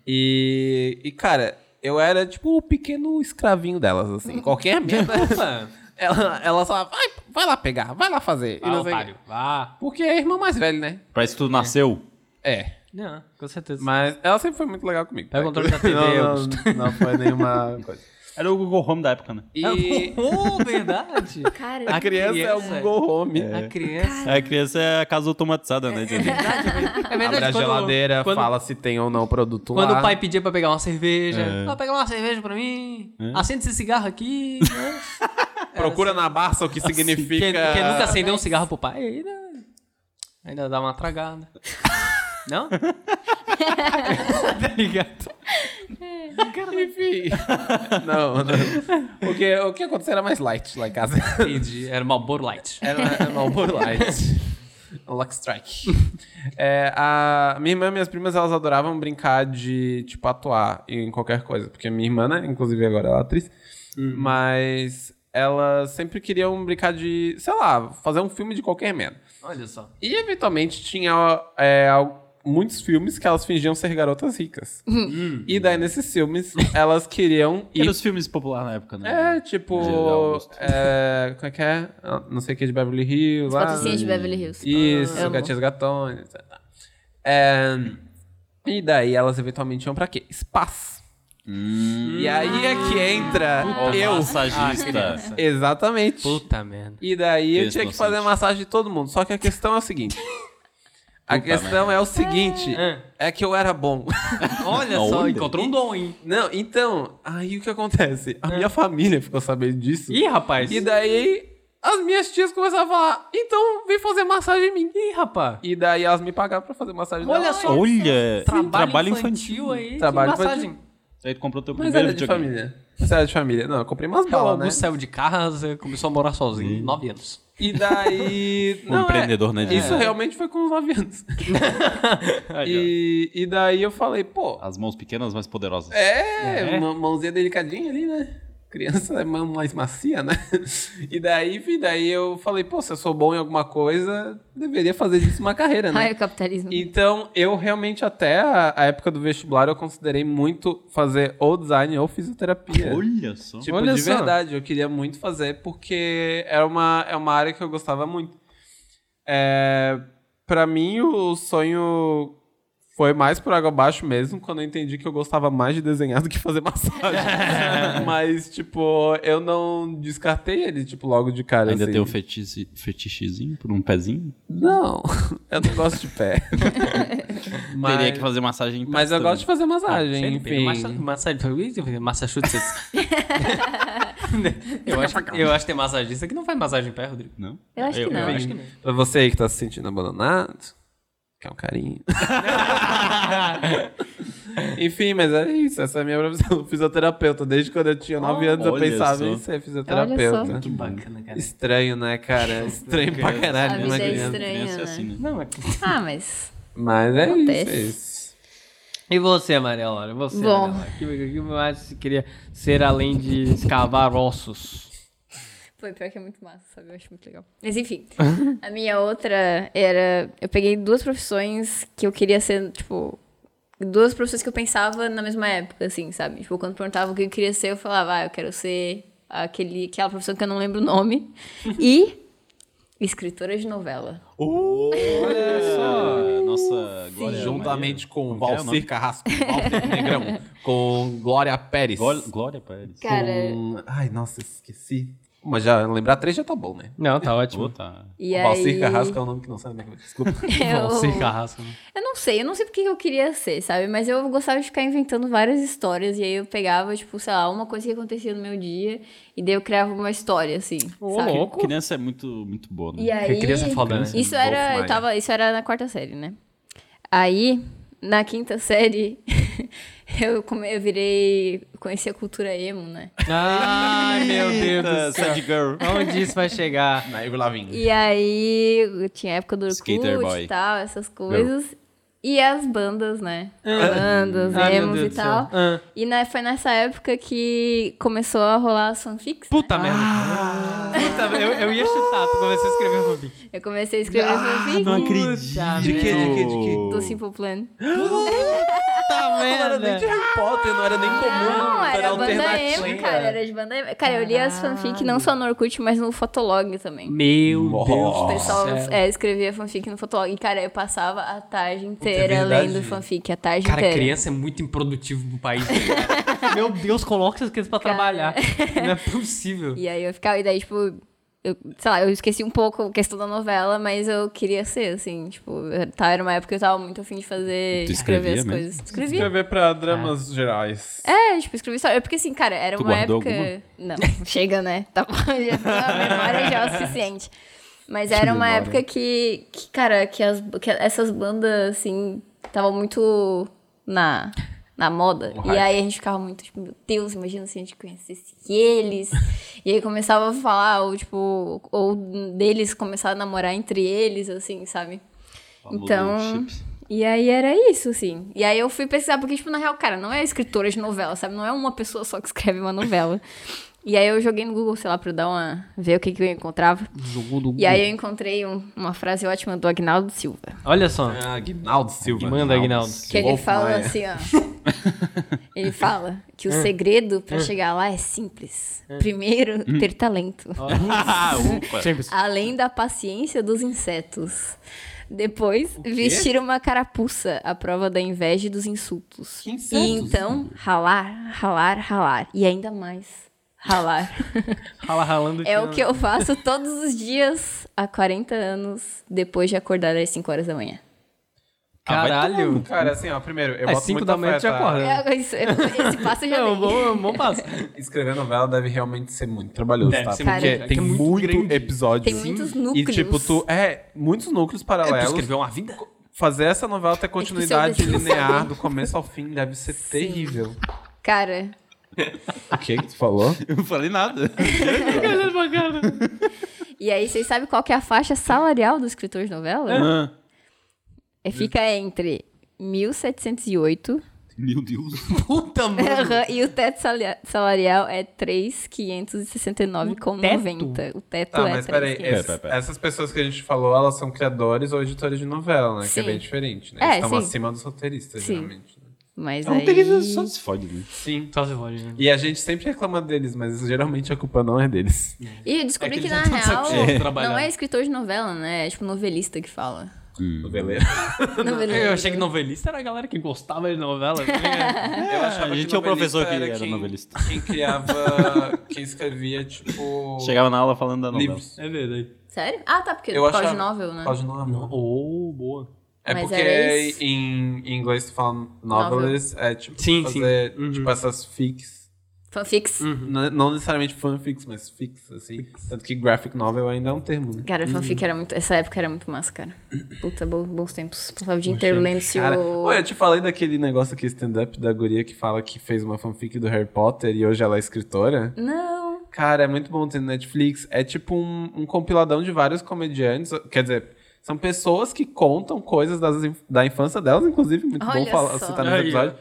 S3: E, e, cara, eu era tipo o pequeno escravinho delas, assim. Qualquer merda. ela, ela só vai, vai lá pegar, vai lá fazer. E
S1: Ah,
S3: não sei o quê.
S1: otário. Ah.
S3: Porque é irmão mais velho, né?
S2: Parece que tu nasceu.
S3: É.
S1: Não, com certeza.
S3: Mas ela sempre foi muito legal comigo. tá?
S1: Pega o controle da TV,
S3: não,
S1: Augusto.
S3: não, não foi nenhuma coisa.
S2: Era o Google Home da época, né?
S3: E
S1: Oh, verdade.
S5: Cara,
S3: um a criança, é o
S1: criança.
S3: Google Home.
S1: A criança.
S2: A criança é a casa automatizada, né? Didi?
S1: É verdade.
S3: Abre a
S1: quando-
S3: geladeira,
S1: quando,
S3: fala se tem ou não produto
S1: Quando
S3: lá. É.
S1: o pai pedia pra pegar uma cerveja. Ah, pega uma cerveja pra mim. Acende esse cigarro aqui. né?
S3: procura na Barça o Assim, que significa...
S1: Quem, quem nunca acendeu um cigarro pro pai, ainda, ainda dá uma tragada. Não? tá ligado?
S3: Enfim. não, não. Porque o que aconteceu era mais light lá em casa.
S1: Entendi. Era uma Light.
S3: Era era Marlboro Light. um Luck Strike. É, a minha irmã e minhas primas, elas adoravam brincar de, tipo, atuar em qualquer coisa. Porque a minha irmã, né, inclusive agora ela é atriz,
S2: Uhum.
S3: mas elas sempre queriam brincar de, sei lá, fazer um filme de qualquer merda.
S1: Olha só.
S3: E, eventualmente, tinha é, al- muitos filmes que elas fingiam ser garotas ricas. E daí, nesses filmes, elas queriam ir
S2: Hum. Era os filmes populares na época, né?
S3: é,
S2: Dia de
S3: tipo.
S2: Augusto.
S3: É, como é que é? Ah, Não sei o que de Beverly Hills. lá.
S5: patrocínio de Beverly Hills.
S3: Isso,
S5: Amo.
S3: Gatinhas Gatões, etc. É, e daí elas eventualmente iam pra quê? Espaço. E aí é que entra
S2: O
S3: eu.
S2: Hum,
S3: Ah,
S2: massagista.
S3: Exatamente.
S1: Hum. Puta merda.
S3: E daí eu
S2: Esse
S3: tinha que
S2: inocente.
S3: fazer massagem de todo mundo. Só que a questão é o seguinte. A questão é o seguinte,
S1: É.
S3: é que eu era bom.
S1: Olha
S2: Não,
S1: só,
S2: olha.
S1: encontrou um dom, hein?
S3: Não, então, aí o que acontece? A minha família ficou sabendo disso.
S1: É. Ih, rapaz.
S3: E daí as minhas tias começaram a falar: então vem fazer massagem em mim.
S1: Ih, rapaz.
S3: E daí elas me pagaram pra fazer massagem
S1: Olha
S3: nela.
S1: só.
S2: Olha,
S1: Trabalho,
S2: trabalho
S1: infantil,
S2: infantil.
S1: aí. que
S3: Trabalho
S1: massagem.
S2: Aí tu comprou teu
S3: Mas
S2: primeiro
S3: era de
S2: videogame.
S3: família. Mas era de família. Não, eu comprei umas
S1: O
S3: balas,
S1: Augusto
S3: né?
S1: saiu de casa, começou a morar sozinho, nove anos.
S3: E daí.
S2: Um
S3: não, é-
S2: empreendedor, né?
S3: Isso
S2: Diego?
S3: realmente foi com os 9 anos.
S2: Aí, ó.
S3: E, e daí eu falei, pô,
S2: As mãos pequenas, mas poderosas.
S3: é,
S1: É.
S3: uma mãozinha delicadinha ali, né? Criança é mão mais macia, né? E daí, enfim, daí eu falei, pô, se eu sou bom em alguma coisa, deveria fazer disso uma carreira, né?
S5: Ai, o capitalismo.
S3: Então, eu realmente, até a, a época do vestibular, eu considerei muito fazer ou design ou fisioterapia.
S2: Olha só.
S3: Tipo,
S7: Olha
S3: de
S7: só.
S3: verdade, eu queria muito fazer porque é uma, é uma área que eu gostava muito. É, para mim, o sonho foi mais por água abaixo mesmo, quando eu entendi que eu gostava mais de desenhar do que fazer massagem. Mas, tipo, eu não descartei ele, tipo, logo de cara.
S2: Ainda
S3: assim.
S2: tem o fetiche, fetichezinho por um pezinho?
S3: Não, eu não gosto de pé. Mas-
S2: Teria que fazer massagem em pé
S3: Mas eu
S2: também.
S3: gosto de fazer
S1: Ah,
S3: massagem, enfim.
S1: Massa- massa- Massachusetts. eu, acho, eu acho que tem massagista que não faz massagem em pé, Rodrigo.
S2: Não?
S5: Eu acho que não.
S2: eu
S1: Acho que não.
S3: Pra você aí que tá se sentindo abandonado, quer um carinho. Enfim, mas é isso. Essa é a minha profissão. Fisioterapeuta. Desde quando eu tinha 9 anos, eu
S2: Ah, Olha
S3: pensava
S2: só.
S3: em ser fisioterapeuta.
S5: Olha
S1: Que bacana, cara.
S3: Estranho, né, cara? Estranho pra
S5: A
S3: caralho, né,
S5: vida é
S3: criança?
S5: estranha,
S2: Criança é
S5: né?
S2: assim, né?
S1: Não, é que-
S5: Ah, mas.
S3: Mas é isso,
S5: Acontece.
S3: é isso.
S1: E você, Maria Laura? Você,
S5: Bom.
S1: Maria Laura, o que, o que mais você queria ser além de escavar ossos?
S5: Foi pior que é muito massa, sabe? Eu acho muito legal. Mas enfim, a minha outra era. Eu peguei duas profissões que eu queria ser, tipo. Duas profissões que eu pensava na mesma época, assim, sabe? Tipo, quando perguntavam o que eu queria ser, eu falava, ah, eu quero ser aquele, aquela profissão que eu não lembro o nome. e Escritora de novela.
S3: Olha
S2: Ah, nossa Glória
S3: Juntamente com
S2: Como que é o nome?
S3: Valcir Carrasco, Valcir Negrão, com Glória Pérez.
S2: Maria. Gló- Glória Pérez.
S5: Cara,
S3: Com- Ai, nossa, esqueci. Mas já lembrar três já tá bom, né?
S7: Não, tá ótimo.
S2: Ô, tá.
S5: e
S3: o
S5: aí... É
S3: Valcir Carrasco é um nome que não sai da minha cabeça. Desculpa.
S5: eu...
S7: Valcir Carrasco. né?
S5: Eu não sei, eu não sei porque que eu queria ser, sabe? Mas eu gostava de ficar inventando várias histórias. E aí eu pegava, tipo, sei lá, uma coisa que acontecia no meu dia. E daí eu criava uma história, assim.
S7: Ô,
S5: sabe?
S7: louco.
S2: Criança é muito, muito boa, né?
S5: E aí.
S7: criança é foda, né?
S3: Um
S5: Isso era, eu
S3: Wolfmeier.
S5: tava, isso era na quarta série, né? Aí, na quinta série, eu, come, eu virei. Conheci a cultura emo, né?
S7: Ai, meu Deus do céu.
S2: Sad Girl.
S7: Onde isso vai chegar?
S3: Na Igor Lavin.
S5: E aí, eu tinha a época do
S2: Skater
S5: Orkut
S2: boy.
S5: e tal, essas coisas. E as bandas, né? Bandas,
S7: Ai, meu
S5: emos
S7: Deus
S5: e
S7: do céu.
S5: tal.
S7: Ah.
S5: E na- foi nessa época que começou a rolar as fanfics. né?
S7: Puta merda.
S1: Ah.
S7: Puta, merda, eu, eu ia chutar, tu começou a
S1: um
S7: escrever fanfic.
S5: Eu comecei a escrever fanfic
S2: Não
S5: do
S2: acredito.
S7: De que,
S2: de
S3: que, de que?
S5: Simple Plan.
S7: Puta
S3: Não era nem de
S7: merda.
S3: Harry Potter, não era nem comum,
S5: Não,
S3: era
S5: era banda
S3: alternativa.
S5: emo, cara. Era de banda emo. Cara, eu li as fanfic não só no Orkut, mas no Fotolog também.
S7: Meu
S3: Nossa.
S7: Deus
S5: O
S7: do
S5: pessoal
S7: céu.
S5: é, escrevia fanfic no Fotolog. E, cara, eu passava a tarde inteira
S3: verdade.
S5: lendo fanfic. A tarde
S1: Cara,
S5: inteira.
S1: criança é muito improdutivo pro país. né, cara? Meu Deus, coloca essas crianças pra trabalhar. Não é possível.
S5: E aí eu ficava, e daí, tipo, eu, sei lá, eu esqueci um pouco a questão da novela, mas eu queria ser, assim, tipo, eu tava- era uma época que eu tava muito afim de fazer,
S2: Tu escrevia
S5: escrever as
S2: mesmo?
S5: coisas. Escrevia.
S3: Escrever pra dramas gerais.
S5: É, tipo, escrevi história. Porque assim, cara, era
S2: Tu
S5: uma
S2: guardou
S5: época.
S2: alguma?
S5: Não, chega, né? Tá bom, já, a memória já é o suficiente. Mas era uma
S2: memória.
S5: época que, que, cara, que, as, que essas bandas, assim, estavam muito na, na moda. E aí a gente ficava muito, tipo, meu Deus, imagina se a gente conhecesse eles. e aí começava a falar, ou, tipo, ou deles começar a namorar entre eles, assim, sabe?
S2: Famoso
S5: Então,
S2: chip.
S5: e aí era isso, assim. E aí eu fui pesquisar, porque, tipo, na real, cara, não é escritora de novela, sabe? Não é uma pessoa só que escreve uma novela. e aí eu joguei no Google, sei lá, pra eu dar uma. ver o que, que eu encontrava. E aí eu encontrei um- uma frase ótima do Agnaldo Silva.
S7: Olha só.
S3: Ah, Aguinaldo Silva.
S7: Manda, Aguinaldo.
S5: Que ele fala assim, ó. ele fala que o segredo pra chegar lá é simples. Primeiro, ter talento.
S2: Ah, opa.
S7: Sempre.
S5: Além da paciência dos insetos. Depois, vestir uma carapuça à prova da inveja e dos insultos.
S3: Que insetos?
S5: E então, ralar, ralar, ralar. E ainda mais, ralar.
S7: Rala ralando.
S5: é o que eu faço todos os dias há 40 anos, depois de acordar às 5 horas da manhã.
S1: Ah,
S7: Caralho.
S3: Cara, assim, ó, primeiro, eu
S7: É
S3: boto
S7: 5
S3: muita
S7: da manhã
S3: fé,
S7: tu já
S3: tá?
S7: acorda. né?
S5: É, isso- Esse passo eu já
S7: É
S5: dei.
S7: um bom, um bom passo.
S3: Escrever novela deve realmente ser muito trabalhoso,
S1: Deve
S3: tá?
S1: ser
S5: muito
S3: Porque
S5: grande.
S3: tem
S1: É muito
S3: muito,
S1: grande.
S3: episódio.
S5: Tem muitos
S3: E
S5: núcleos.
S3: tipo, tu. É, muitos núcleos
S1: Tu
S3: paralelos.
S1: escreveu uma vida?
S3: Fazer essa novela ter continuidade
S5: deixa eu
S3: linear
S5: saber.
S3: do começo ao fim deve ser terrível.
S5: Cara,
S3: O que que tu falou?
S2: Eu não falei nada.
S5: e aí vocês sabem qual que é a faixa salarial do escritor de novela?
S2: Ah,
S5: É, fica entre 1708
S2: Meu Deus.
S7: Puta, mano.
S5: Aham, e o teto salia- salarial é 3,569,90. O teto
S3: Tá,
S5: é
S3: mas peraí.
S5: 3,500.
S3: Essas,
S2: Pera, pera, pera.
S3: essas pessoas que a gente falou, elas são criadores ou editores de novela, né? Que é
S5: Sim.
S3: bem diferente, né?
S5: É,
S3: Eles Estão
S5: sim.
S3: acima dos roteiristas,
S5: Sim.
S3: geralmente. né?
S5: Mas
S2: Não
S5: aí...
S2: tem que só se fode, né?
S3: Sim.
S7: Só se pode, né?
S3: E a gente sempre reclama deles, mas geralmente a culpa não é deles.
S5: E eu descobri
S3: É que
S5: que,
S3: eles
S5: na
S3: não tão
S5: real,
S3: satisfeitos de trabalhar.
S5: não é escritor de novela, né? É tipo novelista que fala.
S3: Noveleiro.
S5: Noveleiro.
S7: Eu achei que novelista era a galera que gostava de novela.
S3: Eu achava
S2: a gente
S3: que
S2: é o professor que
S3: novelista
S2: era
S3: quem-
S2: novelista.
S3: Quem criava, quem escrevia, tipo,
S2: Chegava na aula falando da novela.
S3: livros.
S7: É verdade.
S5: Sério? Ah, tá, porque
S3: Eu
S5: pode
S3: achava-
S5: novel, né?
S3: Pode novel.
S7: Oh, boa.
S3: É
S5: Mas era
S3: porque
S5: isso?
S3: em, em inglês tu fala novelist, é tipo
S7: Sim,
S3: fazer
S7: sim. Uhum.
S3: tipo essas fics.
S5: Fanfics.
S3: Não, não necessariamente fanfics, mas fics, assim. Tanto que graphic novel ainda é um termo, né?
S5: Cara, fanfic era muito... Essa época era muito massa, cara. Puta, bo- bons tempos. Passava o dia inteiro lendo se
S3: Cara,
S5: o...
S3: olha, eu te falei daquele negócio aqui, stand-up, da guria que fala que fez uma fanfic do Harry Potter e hoje ela é escritora.
S5: Não.
S3: Cara, é muito bom ter no Netflix. É tipo um, um compiladão de vários comediantes. Quer dizer, são pessoas que contam coisas das, inf- da infância delas, inclusive. Muito
S5: Olha
S3: bom falar,
S5: só.
S3: citar nesse
S7: Aí,
S3: episódio.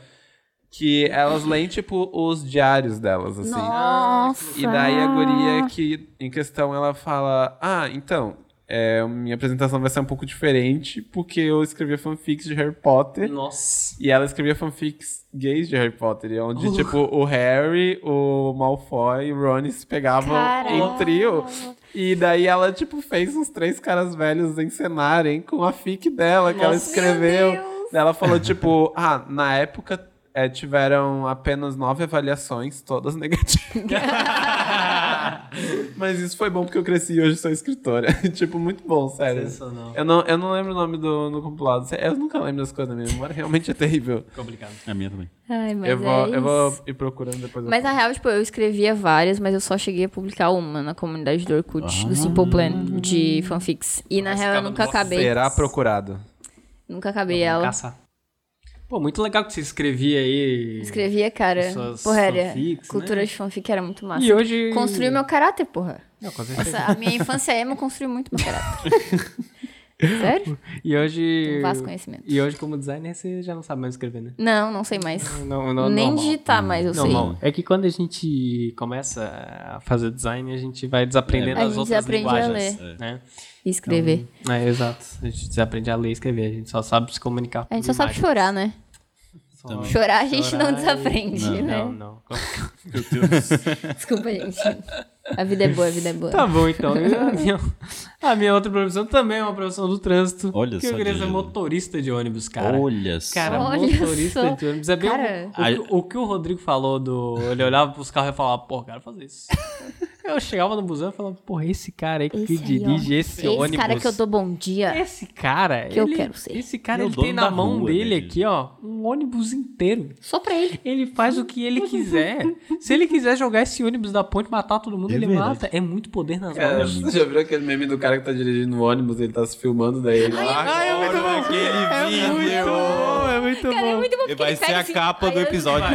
S3: Que elas leem, tipo, os diários delas, assim.
S5: Nossa.
S3: E daí a guria que, em questão, ela fala: Ah, então, é, minha apresentação vai ser um pouco diferente, porque eu escrevia fanfics de Harry Potter.
S7: Nossa.
S3: E ela escrevia fanfics gays de Harry Potter, e
S5: Oh.
S3: onde, tipo, o Harry, o Malfoy e o Ron se pegavam
S5: Caraca.
S3: em trio. E daí ela, tipo, fez os três caras velhos encenarem com a fic dela que ela
S5: Nossa.
S3: escreveu.
S5: Meu Deus.
S3: Ela falou, tipo, ah, na época é, tiveram apenas nove avaliações, todas negativas. Mas isso foi bom porque eu cresci e hoje sou escritora. tipo, muito bom, sério.
S1: Sensacional.
S3: Eu não, eu não lembro o nome do, do compilado. Sé- Eu nunca lembro das coisas na minha memória. Realmente é terrível.
S1: Complicado.
S2: A minha também.
S5: Ai, mas
S3: eu, vou,
S5: é
S3: eu vou
S5: isso.
S3: ir procurando depois. eu
S5: Mas na real, tipo, eu escrevia várias, mas eu só cheguei a publicar uma na comunidade do Orkut, do Simple Plan, de
S1: Hum.
S5: fanfics. E na real eu
S1: acaba-
S5: nunca
S1: nossa,
S5: acabei.
S3: Será procurado.
S5: Nunca acabei ela.
S1: Caça. Pô, muito legal que você escrevia aí.
S5: Escrevia, cara.
S1: Suas
S5: Porra, era.
S1: fanfics,
S5: cultura
S1: né?
S5: de fanfic era muito massa.
S1: E hoje.
S5: Construiu meu caráter, porra.
S1: Não, com certeza.
S5: Nossa, a minha infância emo construiu muito meu caráter. Sério?
S1: E hoje.
S5: Um vasto conhecimento.
S1: E hoje, como designer, você já não sabe mais escrever, né?
S5: Não, não sei mais.
S1: Não, não,
S5: Nem
S1: normal.
S5: digitar mais, eu sei.
S1: Normal. É que quando a gente começa a fazer design, a gente vai desaprendendo
S5: É. A
S1: as
S5: gente
S1: outras
S5: aprende a É.
S1: linguagens.
S2: ler.
S1: Né?
S5: Escrever.
S1: Então, é, exato. A gente desaprende a ler e escrever. A gente só sabe se comunicar.
S5: a gente só
S1: por
S5: sabe
S1: imagem.
S5: chorar, né?
S1: Só-
S2: Também.
S5: Chorar a gente
S1: Chorar é.
S5: não desaprende,
S2: e-
S5: né?
S1: Não, não.
S5: Desculpa, gente. A vida é boa, a vida é boa.
S1: Tá bom, então. E A minha, a minha outra profissão também é uma profissão do trânsito.
S2: Olha
S1: que
S2: só,
S1: eu queria ser
S2: Diego.
S1: motorista de ônibus, cara.
S2: Olha só.
S1: Cara,
S5: Olha
S1: motorista
S5: só.
S1: de ônibus. É bem o-
S5: Cara.
S1: o, que- o que o Rodrigo falou do. Ele olhava pros carros e falava, pô, cara, fazer isso. Eu chegava no busão e falava, porra, esse cara aí que
S5: Esse aí, ó.
S1: dirige esse,
S5: Esse
S1: ônibus.
S5: cara que eu dou bom dia.
S1: Esse cara.
S5: Que eu
S1: ele,
S5: quero ser.
S1: Esse cara,
S2: É o
S1: ele
S2: dono
S1: tem
S2: da
S1: na mão
S2: rua,
S1: dele
S2: né,
S1: aqui, ó, um ônibus inteiro.
S5: Só pra ele.
S1: Ele faz o que ele quiser. Se ele quiser jogar esse ônibus da ponte, matar todo mundo,
S2: É
S1: ele
S2: verdade.
S1: mata. É muito poder nas
S3: Cara,
S1: mãos.
S3: você já viu aquele meme do cara que tá dirigindo o ônibus, ele tá se filmando daí? Ele lá,
S1: Ai, é muito bom.
S2: Aquele
S1: muito bom, é muito
S5: Cara, é muito bom porque
S2: Vai
S5: ele
S2: ser
S5: pega
S2: a
S5: assim,
S2: capa
S5: aí
S2: do
S5: eu-
S2: episódio.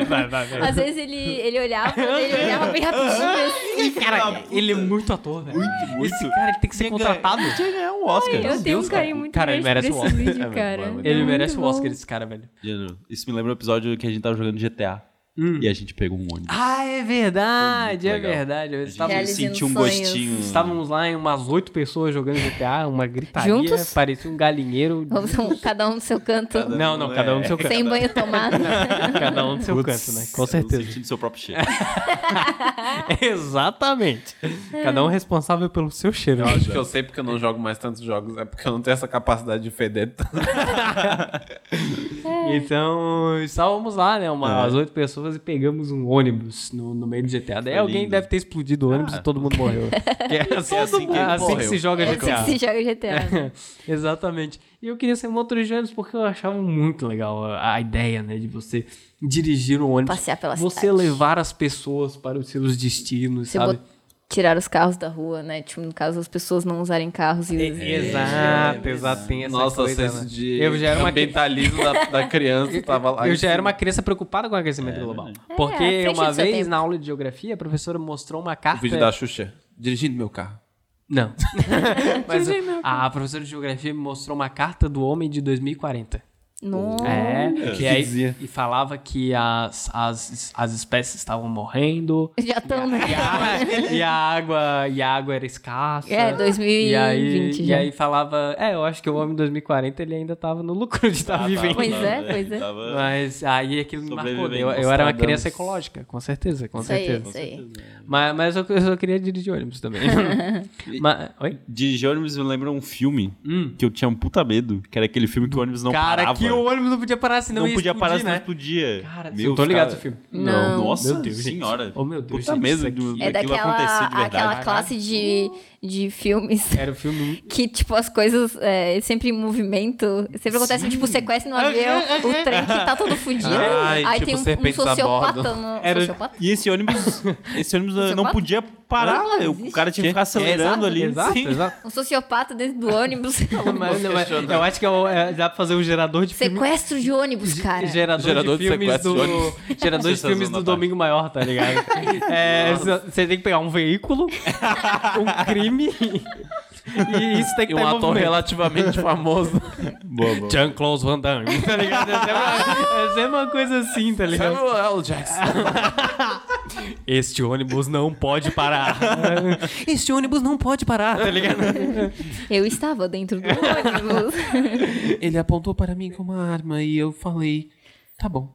S5: Às vezes ele, ele olhava, ele olhava bem rapidinho assim.
S1: Cara, ele é muito ator, velho. Esse
S2: muito.
S1: cara ele tem que ser
S2: Tinha
S1: contratado.
S2: Tinha que ganhar um Oscar.
S5: Eu tenho
S1: Deus,
S5: um
S1: cara.
S5: carinho muito
S1: Cara, ele
S5: grande
S1: merece
S5: por
S1: um
S5: esse
S1: Oscar.
S5: vídeo, cara.
S1: Ele
S5: Muito
S1: merece o
S5: bom.
S1: Oscar desse cara, velho.
S2: Diego, Isso me lembra o episódio que a gente tava jogando GTA.
S1: Hum.
S2: E a gente pegou um ônibus.
S1: Ah, é verdade, é
S2: Foi muito legal.
S1: verdade. Eu
S2: a
S1: estava-
S2: gente
S5: Realizando
S2: sentiu um
S5: sonhos.
S2: gostinho.
S1: Estávamos lá em umas oito pessoas jogando GTA, uma gritaria,
S5: Juntos?
S1: parecia um galinheiro.
S5: Vamos um- cada um no seu canto,
S1: Não, não, cada um no seu
S2: né?
S1: canto.
S5: sem banho tomado.
S1: Cada um no seu
S2: Putz,
S1: canto, né?
S2: eu
S1: Com certeza.
S2: Sentindo seu próprio cheiro.
S1: Exatamente. Cada um responsável pelo seu cheiro.
S3: Eu acho que eu sei porque eu não jogo mais tantos jogos, é porque eu não tenho essa capacidade de feder tanto.
S1: Então, estávamos lá, né? Uma, As oito pessoas e pegamos um ônibus no, no meio do GTA. Daí
S2: Foi
S1: alguém
S2: lindo.
S1: deve ter explodido o ônibus e todo mundo morreu.
S2: Que é assim, assim que
S1: É
S2: ele
S1: assim que se
S2: morreu.
S1: joga
S5: É assim
S1: GTA.
S5: que se joga GTA.
S1: Exatamente. E eu queria ser motorista de ônibus porque eu achava muito legal a, a ideia, né? De você dirigir um ônibus.
S5: Passear pela
S1: Você
S5: cidade.
S1: levar as pessoas para os seus destinos,
S5: Você
S1: sabe?
S5: bot- tirar os carros da rua, né? Tipo, no caso, as pessoas não usarem carros e
S1: E- Exato, exato. Tem essa
S3: Nossa,
S1: coisa,
S3: senso
S1: né?
S3: de
S1: Eu já era uma
S3: ambientalismo da, da criança tava lá.
S1: Eu
S3: em
S1: já era
S3: cima.
S1: uma criança preocupada com o aquecimento
S3: É, né?
S1: global. Porque
S5: à É, frente do
S1: uma
S5: seu
S1: vez,
S5: tempo.
S1: na aula de geografia, a professora mostrou uma
S3: O
S1: carta.
S3: vídeo da Xuxa, dirigindo meu carro.
S1: Não. Mas a professora de geografia me mostrou uma carta do homem de 2040.
S5: Nossa.
S1: É,
S3: que
S1: e, aí-
S3: dizia?
S1: e falava que as, as, as espécies estavam morrendo,
S5: Já estão, né?
S1: é. e a, e a água, e a água era escassa.
S5: É, 2020
S1: e aí,
S5: já.
S1: E aí falava, é, eu acho que o homem 2040 ele ainda tava no lucro de estar
S3: Ah, tá.
S1: vivendo.
S5: Pois é, pois é.
S2: Tava-
S1: Mas aí aquilo me marcou. né? Eu,
S2: Sobrevivendo,
S1: eu era uma
S2: Nostradamus.
S1: criança ecológica, com certeza, com
S5: Isso aí,
S1: certeza.
S5: isso aí.
S1: Mas, mas eu, eu só queria dirigir ônibus também. Mas- oi?
S2: Dirigir ônibus me lembra um filme que eu tinha um puta medo, que era aquele filme que o ônibus não
S1: Hum. Cara,
S2: parava.
S1: que o ônibus não podia parar, senão
S2: não
S1: ia
S2: podia parar,
S1: explodir,
S2: senão
S1: né?
S2: explodia.
S1: Cara,
S2: Meu,
S1: eu tô ligado
S2: cara,
S1: esse filme.
S5: Não.
S2: Nossa
S1: Meu Deus, gente.
S2: senhora.
S1: Oh, meu Deus,
S2: Puta
S1: gente,
S2: medo
S1: isso
S2: do,
S1: aqui-
S5: É
S2: daquilo acontecer de
S5: daquela
S2: verdade.
S5: aquela classe de, de filmes
S1: Era o filme... um
S5: que, tipo, as coisas é, sempre em movimento. Sempre acontece, tipo, sequestro no avião, o trem que tá todo fudido.
S3: Ai,
S5: aí
S3: tipo,
S5: tem um, um
S3: serpentes a
S5: sociopata.
S3: bordo.
S5: No, um
S1: Era-
S5: sociopata?
S2: E esse ônibus, esse ônibus não
S5: Sociopata?
S2: podia parar.
S5: Não, não
S2: o cara tinha que ficar
S1: Exato,
S2: acelerando ali.
S1: Exato,
S2: Sim.
S1: exato.
S5: Um sociopata dentro do ônibus.
S1: Mas, mas eu acho que é o- é- dá pra fazer um gerador de filme...
S5: Sequestro de ônibus, cara.
S1: Gerador,
S3: Gerador
S1: de
S3: de
S1: filmes
S3: sequestro
S1: do.
S3: de ônibus.
S1: Gerador de
S2: Sensação
S1: filmes do
S2: da
S1: Domingo Maior, tá ligado? É, Você tem que pegar um veículo, um crime. E isso tem que
S3: E um
S1: tá em
S3: ator
S1: movimento.
S3: relativamente famoso.
S2: Boa, boa.
S1: Jean-Claude Van Damme, tá ligado? É sempre, uma, é sempre uma coisa assim, tá ligado?
S3: Samuel L. Jackson.
S1: Este ônibus não pode parar. este ônibus não pode parar, tá ligado?
S5: Eu estava dentro do ônibus.
S3: Ele apontou para mim com uma arma e eu falei: Tá bom.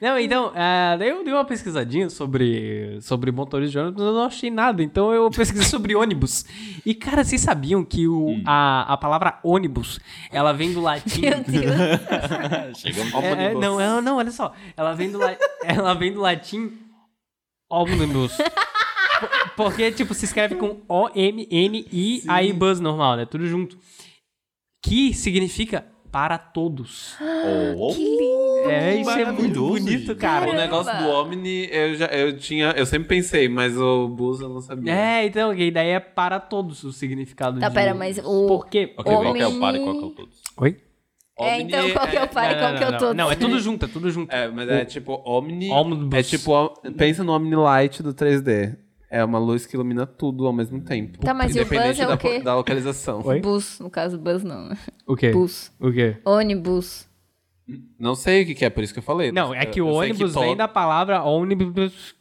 S1: Não, então, ah, daí eu dei uma pesquisadinha sobre, sobre motorista de ônibus, eu não achei nada. Então eu pesquisei sobre ônibus. E, cara, vocês sabiam que o, a, a palavra ônibus, ela vem do latim.
S5: Meu Deus.
S2: Chegamos
S1: É, é, não, ela, não, olha só. Ela vem do, la- ela vem do latim omnibus. Po- Porque, tipo, se escreve com O-M-N-I, aí bus normal, né? Tudo junto. Que significa para todos.
S2: Oh,
S5: que lindo.
S1: É, isso é muito
S2: maravilhoso,
S1: bonito,
S2: gente.
S1: cara. né?
S3: O negócio do Omni, eu já eu tinha, eu sempre pensei, mas o Bus eu não sabia.
S1: É, então, que daí é para todos o significado
S5: Tá,
S1: de...
S5: pera, mas o-
S1: Por quê?
S2: Ok, qual que é o
S5: Homem-
S2: par e qual que é o todos?
S1: Oi?
S5: É, então, qual que é o pai e
S1: Não,
S5: qual
S1: não,
S5: que é
S1: não,
S5: o todo?
S1: Não, é tudo junto, é tudo junto.
S3: É, mas é tipo Omni.
S1: Omnibus.
S3: É tipo, om- pensa no Omni Light do 3D. É uma luz que ilumina tudo ao mesmo tempo.
S5: Tá, mas e o
S3: independente
S5: bus é o
S3: da,
S5: quê?
S3: da localização.
S1: Oi?
S5: Bus, no caso, bus não, né?
S1: O quê?
S5: Bus.
S1: O quê?
S5: Ônibus.
S3: Não sei o que, que é, por isso que eu falei.
S1: Não, é que o
S3: Eu sei
S1: ônibus
S3: to-
S1: vem da palavra ônibus.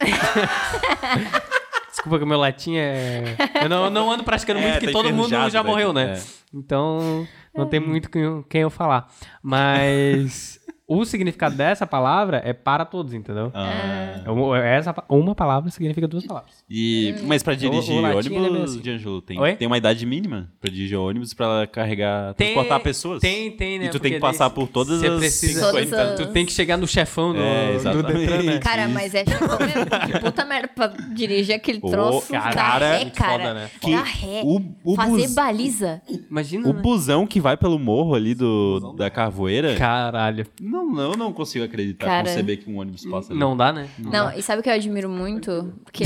S1: Desculpa que o meu latim é. Eu não, eu não ando praticando muito,
S2: É,
S1: que
S2: tá
S1: todo mundo já
S2: enferrujado,
S1: morreu,
S2: velho.
S1: né?
S2: É.
S1: Então, não
S5: É.
S1: tem muito com quem eu falar. Mas o significado dessa palavra é para todos, entendeu?
S2: Ah,
S1: É uma- é Essa, pa- uma palavra significa duas palavras.
S2: e,
S5: É.
S2: mas pra dirigir
S1: o latim, ele é meio
S2: ônibus,
S1: assim.
S2: D'Angelo, tem,
S1: Oi?
S2: tem uma idade mínima pra dirigir ônibus pra carregar,
S1: Tem-
S2: transportar pessoas?
S1: Tem, tem, né?
S2: E tu tem
S1: Porque
S2: que passar
S1: daí
S2: por todas
S1: você
S2: as
S1: precisa-
S2: 50.
S5: Todas as-
S1: Tu tem que chegar no chefão do,
S2: É,
S1: do
S2: exatamente.
S1: Detran, né?
S5: Cara, mas é chico mesmo. Que puta merda pra dirigir aquele
S2: Ô,
S5: troço.
S2: cara, é
S5: da ré,
S2: muito
S5: cara.
S1: foda, né?
S5: Da ré.
S2: O, o
S5: Fazer
S2: bus- Hum.
S5: baliza.
S1: Imagina.
S2: o
S5: é.
S1: né?
S2: busão que vai pelo morro ali do, da Carvoeira,
S1: é. Caralho.
S2: não, não, eu não consigo acreditar,
S5: Cara.
S2: conceber que um ônibus passa ali.
S1: Não dá, né?
S5: Não, e sabe o que eu admiro muito? Porque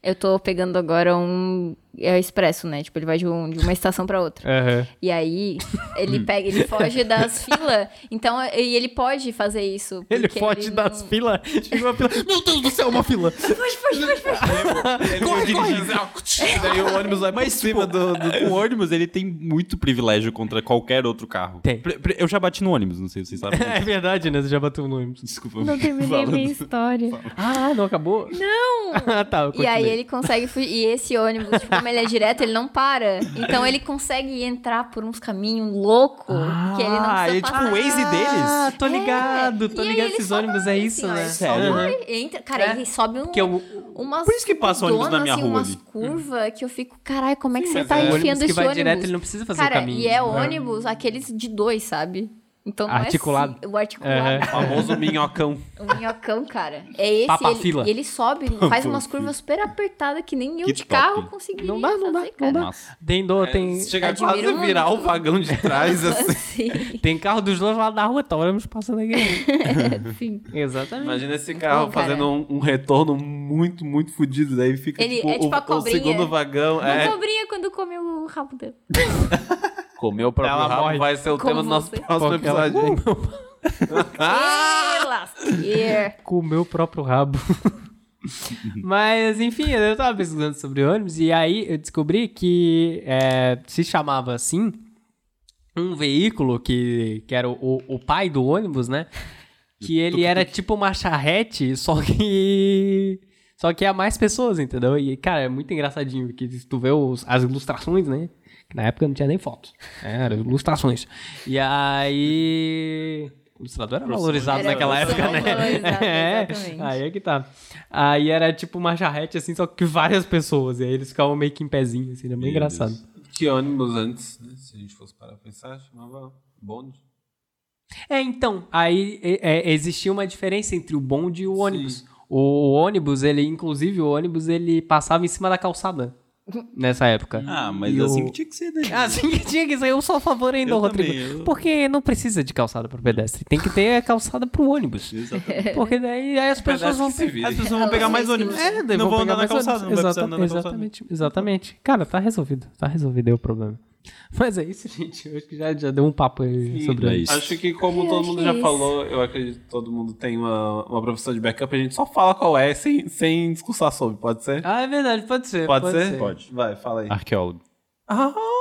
S5: eu tô pegando agora um. É o expresso, né? Tipo, ele vai de, um- de uma estação pra outra.
S1: Aham.
S5: E aí,
S2: Hum.
S5: ele pega, ele foge das filas. Então, e ele pode fazer isso.
S1: Ele
S5: porque
S1: foge
S5: não-
S1: das filas. Chega uma fila.
S6: Meu Deus do céu, uma fila.
S3: Ele vai dirigindo,
S2: É.
S3: Daí o ônibus vai
S2: Mas, tipo, o ônibus, ele tem muito privilégio contra qualquer outro carro.
S1: Tem.
S2: Pre- pre- Eu já bati no ônibus, não sei se vocês sabem.
S1: É verdade, né? Você já bateu no ônibus.
S2: Desculpa.
S5: Não terminei
S2: falando.
S5: minha história.
S1: Ah, não acabou?
S5: Não!
S1: Ah, tá. eu
S5: E aí
S1: continuei.
S5: ele consegue fugir. E esse ônibus, tipo, como ele é direto, ele não para. Então ele consegue entrar por uns caminhos loucos que ele não
S2: Ah,
S5: precisa
S2: ele é tipo
S5: passar.
S2: o Waze
S1: Ah,
S2: deles.
S1: tô ligado, tô
S5: é. E aí
S1: ligado.
S5: ele
S1: Esses
S5: só
S1: ônibus
S5: vai,
S1: é isso,
S5: assim, ó,
S1: né?
S5: ele só
S2: Sério?
S1: Aham.
S5: vai, entra, cara,
S1: É.
S5: ele sobe um,
S1: Que eu,
S5: umas
S2: Por isso que passa ônibus na
S5: donas,
S2: minha
S5: assim,
S2: rua
S5: umas
S2: ali.
S5: curvas que eu fico, caralho, como é que você
S1: mas
S5: tá
S1: é o ônibus
S5: enfiando
S1: que
S5: esse
S1: vai
S5: ônibus?
S1: direto, ele não precisa fazer o
S5: cara,
S1: caminho,
S5: E é
S1: né?
S5: ônibus, aqueles de dois, sabe? Então não
S1: Articulado.
S5: É, assim, o articulado.
S3: O famoso minhocão.
S5: O minhocão, cara. É esse.
S1: Papa
S5: ele,
S1: fila.
S5: e ele sobe, ele faz umas curvas super apertadas que nem eu
S2: Que
S5: de
S2: top.
S5: carro conseguiria
S1: Não dá, não dá,
S5: fazer,
S1: não
S5: cara.
S2: Nossa.
S1: tem dor, tem.
S3: Chegar
S5: Admiro
S3: quase a virar
S5: muito.
S3: o vagão de trás, assim.
S5: Assim,
S1: Tem carro dos dois lados da rua, tá ônibus passando aqui.
S5: assim.
S1: Exatamente.
S3: Imagina esse carro
S5: Não, cara.
S3: fazendo um, um retorno muito, muito fodido. Daí fica
S5: Ele-
S3: tipo,
S5: é tipo
S3: o,
S5: a
S3: o
S5: cobrinha.
S3: segundo vagão.
S5: Uma
S3: É,
S5: cobrinha quando come o rabo dele.
S3: comer o próprio
S1: Ela
S3: rabo
S1: morre.
S3: vai ser o
S5: Como
S3: tema do nosso
S5: você.
S3: próximo
S1: Porque ela-
S3: episódio. hein?
S5: Ah! Lasqueira.
S1: com o meu próprio rabo. Mas, enfim, eu tava pesquisando sobre ônibus e aí eu descobri que é, se chamava assim um veículo que, que era o, o pai do ônibus, né? Que ele era tipo uma charrete, só que. Só que há mais pessoas, entendeu? E, cara, é muito engraçadinho, porque se tu vê os- as ilustrações, né? Que na época não tinha nem foto. né? Era ilustrações. E aí. O ilustrador era valorizado
S5: Era
S1: naquela época, né?
S5: valorizado,
S1: É,
S5: exatamente.
S1: aí é que tá. Aí era tipo uma charrete, assim, só que várias pessoas. E aí eles ficavam meio que em pezinho, assim, era bem
S2: Meu
S1: engraçado.
S3: Que ônibus antes, né? Se a gente fosse parar pra pensar, chamava bonde.
S1: É, então, aí é, é, existia uma diferença entre o bonde e o ônibus. O ônibus, ele, inclusive, o ônibus, ele passava em cima da calçada nessa época.
S2: Ah, mas
S1: E o-
S2: assim que tinha que ser, né?
S1: Assim que tinha que ser, eu sou a favor ainda,
S2: Eu
S1: Rodrigo.
S2: também, eu-
S1: Porque não precisa de calçada pro pedestre, tem que ter a calçada pro ônibus.
S5: É.
S2: Exatamente.
S1: Porque daí aí as pessoas
S3: pedestre
S1: vão
S3: que se vira.
S2: As pessoas vão pegar mais ônibus.
S1: É, daí
S2: não
S1: vão
S2: vão
S1: pegar
S2: andar na
S1: mais
S2: calçada, não
S1: ônibus.
S2: vai precisar
S1: Exata-
S2: andar na calçada.
S1: Exatamente, exatamente. Cara, tá resolvido. Tá resolvido aí o problema. Mas é isso, gente. Eu acho que já, já deu um papo aí sobre
S2: é
S1: isso.
S3: Acho que como todo
S5: acho
S3: mundo
S5: que
S3: já
S5: é isso.
S3: falou, eu acredito que todo mundo tem uma, uma profissão de backup, a gente só fala qual é sem, sem discursar sobre, pode ser?
S1: Ah, é verdade, pode ser.
S3: pode, ser?
S1: Ô,
S3: Pode. Vai, fala aí.
S2: Arqueólogo.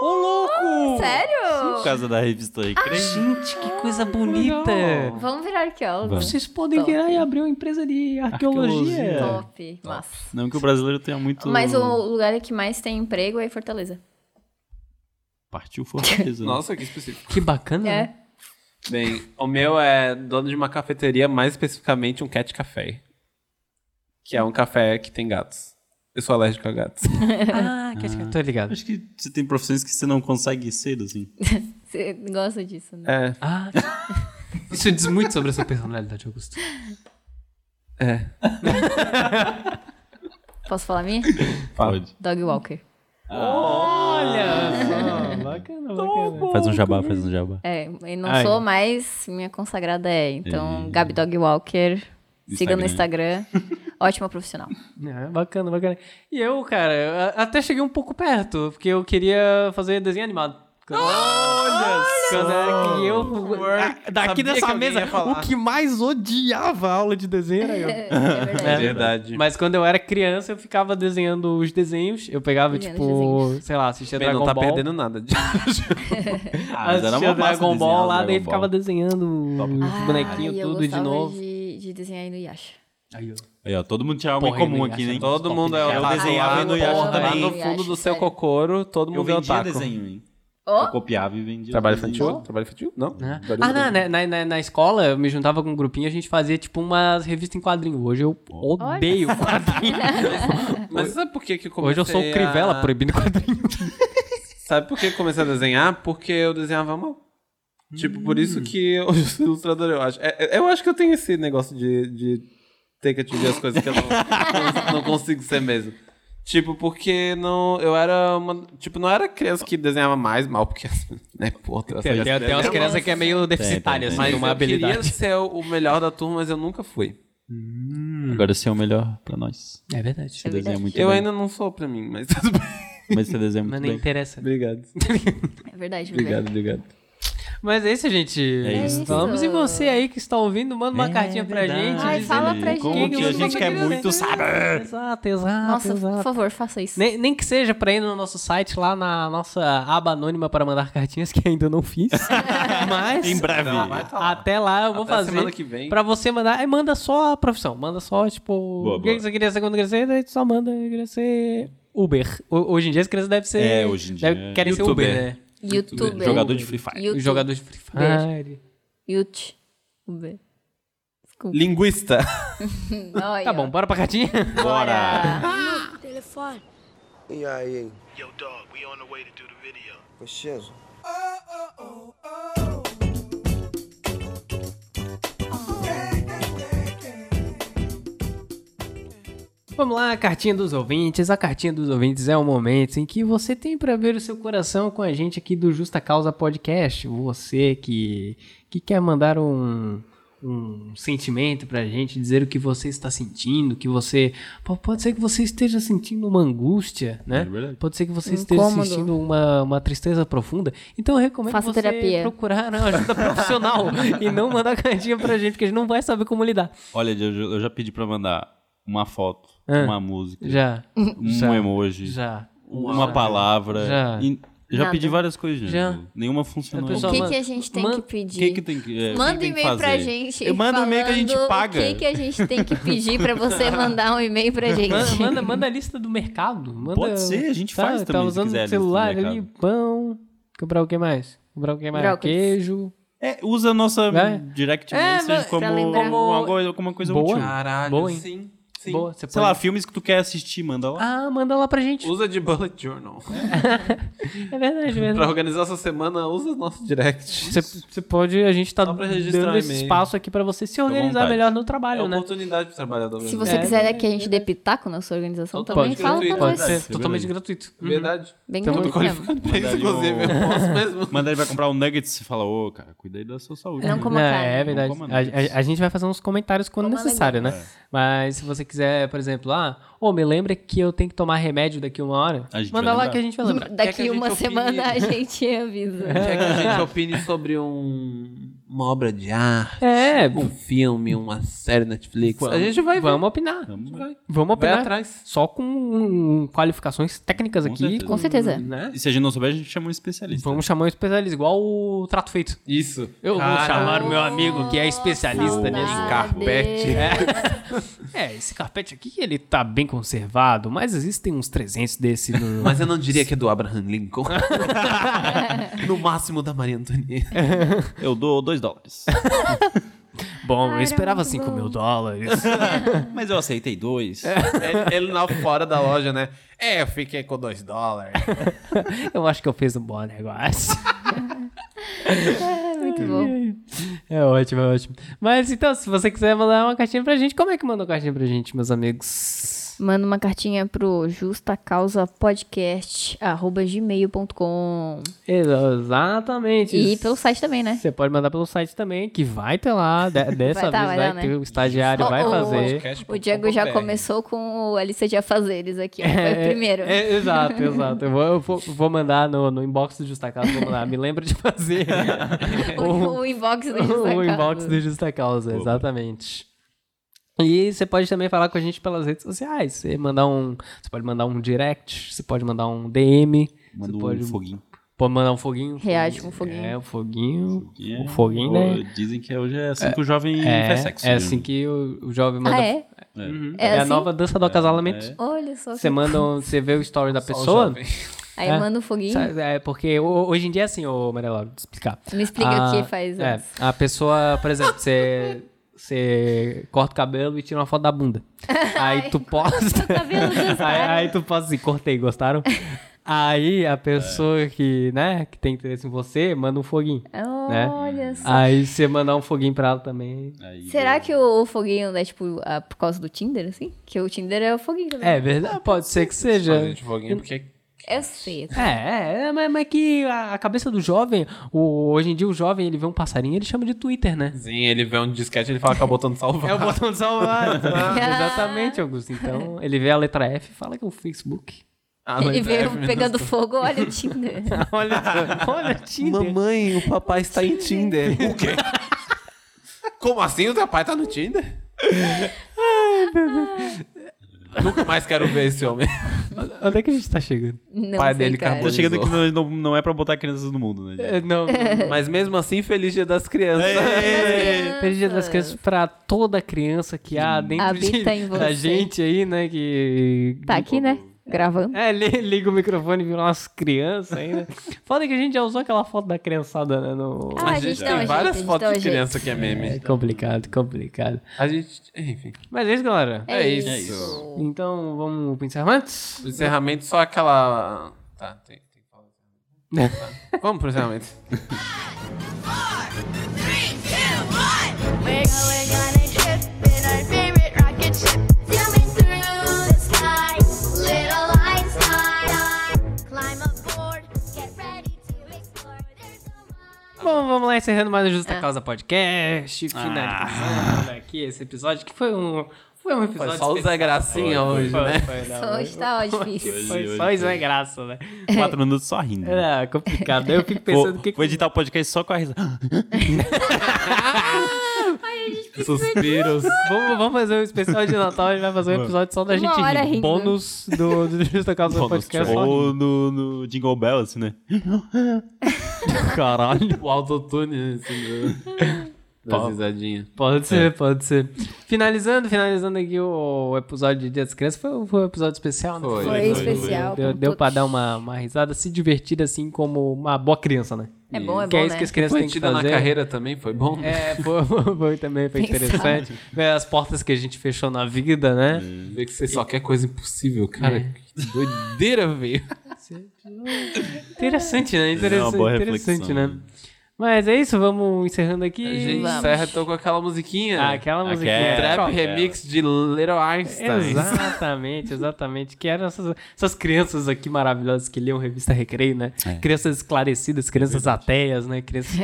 S1: louco!
S2: Por
S5: Sério?
S2: causa da revista aí, crente.
S1: Gente, que coisa bonita!
S5: Vamos virar arqueólogo.
S1: Vocês podem
S5: Top.
S1: virar e abrir uma empresa de arqueologia.
S2: Arqueologia.
S5: Top. Massa.
S2: Não que o brasileiro tenha muito...
S5: Mas o lugar que mais tem emprego é Fortaleza.
S2: Partiu Fortaleza. né?
S3: Nossa, que específico.
S1: Que bacana, né?
S5: É.
S3: Bem, o meu é dono de uma cafeteria, mais especificamente um cat café. Que é um café que tem gatos. Eu sou alérgico a gatos.
S1: Ah, que acho que eu tô ligado.
S8: Acho que você tem profissões que você não consegue cedo, assim.
S5: Você gosta disso, né?
S3: É,
S1: Ah, isso diz muito sobre a sua personalidade, Augusto.
S3: é.
S5: Posso falar a minha?
S2: Pode.
S5: Dog Walker.
S1: Olha só, bacana, bacana.
S2: Faz um jabá, faz um jabá.
S5: É, eu não
S1: Ai.
S5: sou, mas minha consagrada é. Então, Gabi Dog Walker. Siga no Instagram. Ótima profissional.
S1: É, bacana, bacana. E eu, cara, eu a- até cheguei um pouco perto, porque eu queria fazer desenho animado.
S3: Ah,
S1: Olha quando era que eu a- daqui
S3: Sabia que
S1: dessa
S3: alguém
S1: mesa
S3: ia falar.
S1: o que mais odiava a aula de desenho era eu.
S5: É, é verdade.
S3: É verdade.
S1: Mas quando eu era criança, eu ficava desenhando os desenhos. Eu pegava,
S5: Desenhando os
S1: tipo,
S5: desenhos.
S1: sei lá, assistia
S3: Bem,
S1: Dragon
S3: não tá
S1: Ball.
S3: perdendo nada.
S8: Ah, mas
S1: assistia
S8: massa
S1: Dragon Ball
S8: desenhar
S1: lá,
S8: Dragon
S1: daí
S8: Ball.
S1: ficava desenhando É. os
S5: Ai,
S1: bonequinhos,
S5: Ah, eu
S1: tudo de
S5: gostava
S1: novo.
S5: De, de desenhar aí no Yasha.
S2: Aí, ó, todo mundo tinha algo em
S1: Porra,
S2: comum
S1: Inuyasha,
S2: aqui, né? hein?
S3: Todo mundo é
S8: Eu
S3: otaku.
S8: desenhava
S2: Ah,
S3: lá,
S8: no Yasha
S3: porra, lá
S8: também.
S3: no fundo do
S5: Yasha, é
S3: seu
S5: sério.
S3: cocoro, todo
S8: Eu
S3: mundo é
S8: vendia
S3: otaku.
S8: desenho, hein? Eu
S5: Oh,
S8: copiava e vendia.
S3: Trabalho
S8: desenho.
S3: infantil? Trabalho infantil? Não.
S1: né?
S3: Trabalho
S1: Ah, na,
S3: infantil.
S1: na, na, na escola, eu me juntava com um grupinho, a gente fazia tipo umas revistas em quadrinho. Hoje eu odeio quadrinho.
S3: Mas sabe por que que eu
S1: né? Hoje
S3: comecei
S1: eu sou o Crivella
S3: a...
S1: proibindo quadrinho.
S3: Sabe por que eu comecei a desenhar? Porque eu desenhava mal. Tipo, por
S1: Hum.
S3: isso que eu sou ilustrador, eu acho. É, é, eu acho que eu tenho esse negócio de, de ter que atingir as coisas que eu não, não- não consigo ser mesmo. Tipo, porque não, eu era uma. Tipo, não era criança que desenhava mais mal, porque. Né, porra, tem essa-
S1: umas crianças que é meio
S2: deficitária, assim,
S1: assim,
S3: eu queria ser o o melhor da turma, mas eu nunca fui.
S2: Agora você é o melhor pra nós.
S1: É verdade.
S2: Você desenha muito
S3: eu
S2: bem.
S3: ainda não sou pra mim, mas tudo bem.
S2: Mas você desenha
S1: Mas
S2: muito
S1: não
S2: bem.
S1: interessa.
S3: Obrigado.
S5: é verdade, verdade.
S1: Tá
S3: Obrigado, obrigado.
S1: Mas é isso, gente.
S2: É isso.
S1: Vamos e você aí que está ouvindo, manda uma
S2: É
S1: cartinha pra
S2: verdade.
S1: gente.
S5: Ai,
S1: dizendo
S5: fala pra
S1: o
S5: gente.
S1: que
S8: Como que a
S1: você
S8: gente quer
S1: queria
S8: muito
S1: desenhar.
S8: saber.
S1: Exato, exato,
S5: Nossa, por
S1: exato.
S5: favor, faça isso.
S1: Nem, nem que seja pra ir no nosso site lá na nossa aba anônima para mandar cartinhas, que ainda não fiz. Mas
S8: Em breve.
S1: até lá eu vou
S3: Até
S1: fazer.
S3: semana que vem.
S1: Pra você mandar. Aí manda só a profissão. Manda só, tipo. o que
S2: boa.
S1: você queria ser quando crescer? Daí tu só manda crescer. Uber. Ho- Hoje em dia as crianças devem ser.
S2: É, hoje em dia.
S1: deve- Querem ser
S3: Youtuber.
S1: Uber, né?
S5: Youtuber.
S2: Jogador de Free Fire.
S5: Youtuber.
S1: Jogador de Free Fire.
S5: Youtuber. Desculpa.
S3: Linguista.
S5: Olha,
S1: Tá bom, bora pra cartinha?
S5: Bora.
S9: E aí, hein?
S10: Yo, dog, we on the way to do the video.
S9: Preciso?
S1: Vamos lá, a cartinha dos ouvintes. A cartinha dos ouvintes é o momento em que você tem pra abrir o seu coração com a gente aqui do Justa Causa Podcast. Você que, que quer mandar um, um sentimento pra gente, dizer o que você está sentindo, que você. Pô, Pode ser que você esteja sentindo uma angústia, né?
S2: É verdade.
S1: Pode ser que você
S5: Um
S1: esteja
S5: incômodo.
S1: sentindo uma, uma tristeza profunda. Então eu recomendo
S5: Faça
S1: você
S5: terapia.
S1: procurar uma ajuda profissional e não mandar cartinha pra gente, porque a gente não vai saber como lidar.
S2: Olha, eu, eu já pedi pra mandar uma foto,
S1: Ah.
S2: uma música,
S1: Já.
S2: um
S1: já,
S2: emoji,
S1: Já.
S2: uma palavra.
S1: Já.
S2: E- já
S5: Nada.
S2: pedi várias coisas,
S1: Já.
S2: já. Nenhuma funcionou.
S1: A pessoa-
S5: O que,
S1: manda-
S5: que a gente tem
S1: manda-
S5: que pedir?
S2: O que, que tem que. é, o que
S5: Manda um
S2: tem que
S5: e-mail pra
S2: fazer?
S5: gente.
S2: Eu mando e-mail que a gente
S5: falando
S2: paga.
S5: O que, que a gente tem que pedir pra você mandar um e-mail pra gente?
S1: Manda, Ah, manda, manda a lista do mercado. Manda,
S2: Pode ser, a gente
S1: tá,
S2: faz
S1: Tá
S2: também, se
S1: usando
S2: quiser, a
S1: o
S2: lista do
S1: celular ali,
S2: mercado.
S1: pão. Comprar o que mais? Comprar o que mais?
S5: Brócolis.
S1: Queijo.
S2: É, usa a nossa
S1: Vai.
S2: direct
S1: É, vai-
S2: message como,
S5: pra lembrar.
S2: como uma coisa, como uma coisa
S1: Boa. Ah,
S2: útil.
S3: Caralho,
S1: Boa, hein?
S3: sim. Sim.
S1: Boa, você
S2: Sei
S1: põe-
S2: lá, filmes que tu quer assistir, manda lá.
S1: Ah, manda lá pra gente.
S3: Usa de bullet journal.
S1: É verdade, é verdade.
S3: pra organizar essa semana, usa o nosso direct.
S1: Você, você pode, a gente tá
S3: Só pra registrar
S1: dando esse
S3: e-mail.
S1: espaço aqui pra você se organizar
S2: vontade.
S1: melhor no
S3: É
S1: trabalho, né?
S3: oportunidade pro trabalhador
S5: Se
S3: brasileiro.
S5: você
S1: É.
S5: quiser que a gente dê pitaco na sua organização também,
S3: Totalmente
S5: fala
S3: gratuito,
S5: pra
S1: Pode
S5: nós.
S1: ser,
S2: verdade.
S1: totalmente gratuito.
S3: É Verdade.
S5: Bem
S1: Tamo
S5: gratuito mesmo.
S3: Qualificado pra isso, Uhum. inclusive. Eu posso mesmo.
S2: Manda ele vai comprar um nuggets e fala, ô, cara, cuida aí da sua saúde.
S5: Não
S2: né?
S5: como- Coma
S1: É,
S5: carne.
S1: é verdade.
S2: Não coma
S1: A- A,
S2: nada.
S1: a gente vai fazer uns comentários quando
S5: Coma
S1: necessário, né?
S2: É.
S1: Mas se você quiser, por exemplo, ah, ô, me lembra que eu tenho que tomar remédio daqui uma hora.
S2: A gente
S1: Manda
S2: vai
S1: lá
S2: lembrar.
S1: né? que a gente vai lembrar.
S5: Daqui
S3: que a gente
S5: uma
S3: opine? É.
S5: semana a gente avisa.
S3: Quer que a gente opine sobre um, uma obra de arte,
S1: É,
S3: um filme, uma série Netflix. a gente vai ver.
S1: Vamos opinar.
S2: Vamos lá.
S1: Vamos
S3: Vai
S1: opinar.
S3: atrás.
S1: Só com um, qualificações técnicas
S2: Com
S1: aqui.
S2: certeza.
S5: Com certeza.
S1: Né?
S2: E se a gente não souber, a gente chama um especialista.
S1: Vamos chamar um especialista, igual o Trato Feito.
S3: Isso.
S5: Ah.
S1: Eu vou chamar o meu amigo que é especialista
S5: Saudades.
S1: nesse
S2: carpete.
S5: É.
S1: É, esse carpete aqui, ele tá bem conservado, mas existem uns 300 desse no...
S3: Mas eu não diria que é do Abraham Lincoln. no máximo da Maria Antonieta.
S2: Eu dou dois dólares.
S1: é Bom, eu
S3: Cara,
S1: esperava
S3: muito
S1: 5
S3: bom.
S1: mil dólares.
S2: Mas eu aceitei dois.
S1: É.
S3: É, Ele, ele lá fora da loja, né? É, eu fiquei com dois dólares.
S1: eu acho que eu fiz um bom negócio.
S5: muito bom.
S1: É ótimo, é ótimo. Mas então, se você quiser mandar uma cartinha pra gente, como é que manda uma cartinha pra gente, meus amigos?
S5: Manda uma cartinha pro justacausapodcast.gmail.com
S1: Exatamente.
S5: E pelo site também, né?
S1: Você pode mandar pelo site também, que vai ter lá. de- dessa
S5: tá,
S1: vez
S5: vai
S1: vai
S5: lá,
S1: ter
S5: né?
S1: o estagiário, vai
S5: Ó, o-
S1: fazer.
S5: O Diego já começou com o- a lista de afazeres aqui. ó. Foi o primeiro.
S1: É, é, exato, exato. Eu vou, eu vou- vou mandar no, no inbox do Justa Causa, vou mandar. Me lembra de fazer
S5: O, o inbox do Justa
S1: o inbox
S5: Causa.
S1: do Justa Causa, exatamente. E você pode também falar com a gente pelas redes sociais. Você mandar um, você pode mandar um direct, você pode mandar um DM,
S8: Manda
S1: você
S8: um
S1: pode,
S8: foguinho.
S1: pode mandar um foguinho.
S5: Reage com foguinho.
S1: É, um foguinho.
S8: É,
S1: Um foguinho, né?
S8: Dizem que hoje é assim que o jovem
S1: É,
S8: faz sexo.
S1: é
S8: né?
S1: assim que o, o jovem manda.
S5: Ah, é?
S2: né?
S1: Uhum.
S5: É
S1: a
S5: assim?
S1: nova dança do
S2: É.
S1: acasalamento.
S5: Olha só.
S1: Você
S5: que-
S1: manda, um- você vê o story da
S3: o
S1: pessoa.
S3: jovem.
S5: Aí
S1: É.
S5: manda um foguinho.
S1: Sabe, É, porque ho- hoje em dia é assim, ô Maria Laura, vou te explicar.
S5: Me explica
S1: A-
S5: o que faz
S1: É,
S5: antes.
S1: a pessoa, por exemplo, você, você corta o cabelo e tira uma foto da bunda. Aí tu posta.
S5: cabelo,
S1: aí, aí tu posta assim, cortei, gostaram? Aí a pessoa que, né, que tem interesse em você, manda um foguinho. né?
S5: Olha só.
S1: Aí você mandar um foguinho pra ela também.
S5: Será que o foguinho é tipo a- por causa do Tinder, assim? Que o Tinder é o foguinho também.
S1: É verdade, pode ser que seja.
S3: um porque...
S5: Eu sei.
S1: É, é, é, mas, mas que a a cabeça do jovem, o- hoje em dia o jovem, ele vê um passarinho, ele chama de Twitter, né?
S3: Sim, ele vê um disquete e ele fala que é o botão de salvar.
S1: É o botão Ah. de salvar. Exatamente, Augusto. Então, ele vê a letra F e fala que é o Facebook.
S3: Ah,
S5: Ele um-
S3: mas
S5: veio
S3: é, meu
S5: pegando
S3: Deus.
S5: fogo, olha o Tinder.
S1: Olha, olha Tinder.
S3: Mamãe, o papai está em Tinder. o quê? Como assim o teu pai tá no Tinder? Nunca mais quero ver esse homem.
S1: Onde é que a gente tá chegando?
S5: Não
S3: pai
S5: sei,
S3: dele
S5: cara.
S3: acabou.
S2: Tá chegando aqui, não, não- não é pra botar crianças no mundo, né?
S1: É, não.
S3: Mas mesmo assim, feliz dia das crianças.
S1: É.
S5: Ah,
S1: Feliz Dia das Crianças pra toda criança que há dentro de,
S5: Habita em
S1: da
S5: você.
S1: gente aí, né? Que.
S5: Tá aqui, né? Gravando.
S1: É, li- liga o microfone e vira umas crianças ainda. Foda que a gente já usou aquela foto da criançada, né? No...
S5: Ah, a gente dá um
S3: assim, Tem
S5: jeito,
S3: várias
S5: a gente dá
S3: fotos
S5: um
S3: de
S5: jeito.
S3: criança que é meme.
S1: É complicado, complicado.
S3: A gente, enfim.
S1: Mas é isso, galera.
S5: É,
S3: É
S5: isso.
S3: isso.
S1: Então, vamos pro encerramento?
S3: O encerramento só aquela. Tá, tem, tem que falar. Tá. Vamos pro encerramento.
S11: We're going on a trip in our favorite rocket ship, zooming through the sky. Little Einstein, climb aboard, get ready to explore. There's so much.
S1: Bom, vamos lá, encerrando mais o Justa
S5: É.
S1: Causa Podcast,
S3: Ah.
S1: finalizando aqui esse episódio, que foi um, foi um episódio
S3: Foi só o Zé Gracinha hoje, né?
S5: Só hoje tá ó, difícil.
S1: Foi só isso, é graça, né?
S2: Quatro minutos só rindo.
S1: Era complicado. Eu fico
S2: Vou,
S1: É. pensando o que...
S2: vou editar o podcast só com a risada.
S3: Suspiros.
S1: Vamos, vamos fazer um especial de Natal, a gente vai fazer um episódio só da
S5: Uma
S1: gente
S5: hora
S1: rir. né?
S5: rindo.
S1: Bônus do, do Justa Causa Podcast. só rindo.
S2: Ou no, no Jingle Bell, assim, né?
S1: Caralho.
S3: O autotune, assim, do... das risadinhas.
S1: Pode ser, pode ser. Finalizando, finalizando aqui o episódio de Dia das Crianças, foi, foi um episódio especial, né?
S3: Foi.
S5: Foi especial.
S1: Deu,
S5: com
S1: deu pra
S5: todos.
S1: dar uma, uma risada, se divertir assim como uma boa criança, né?
S5: É bom, é
S1: que é
S5: bom,
S1: isso
S5: né?
S1: que as crianças têm que
S3: Plantida na
S1: fazer.
S3: carreira também foi bom. né?
S1: É, foi, foi também, foi
S5: Pensar.
S1: interessante. Ver as portas que a gente fechou na vida, né?
S3: Ver Hum. que você só quer coisa impossível, cara. Que doideira, velho.
S1: Interessante, né?
S2: É uma
S1: Interessante,
S2: boa
S1: interessante,
S2: reflexão,
S1: né? Mas é isso, vamos encerrando aqui.
S3: A gente
S5: Vamos.
S3: encerra então com aquela musiquinha.
S1: Ah, aquela musiquinha.
S2: Aquela.
S3: Trap remix de Little Einstein.
S1: Exatamente, exatamente. Que eram essas, essas crianças aqui maravilhosas que liam revista Recreio, né? Crianças esclarecidas, crianças ateias, né? Crianças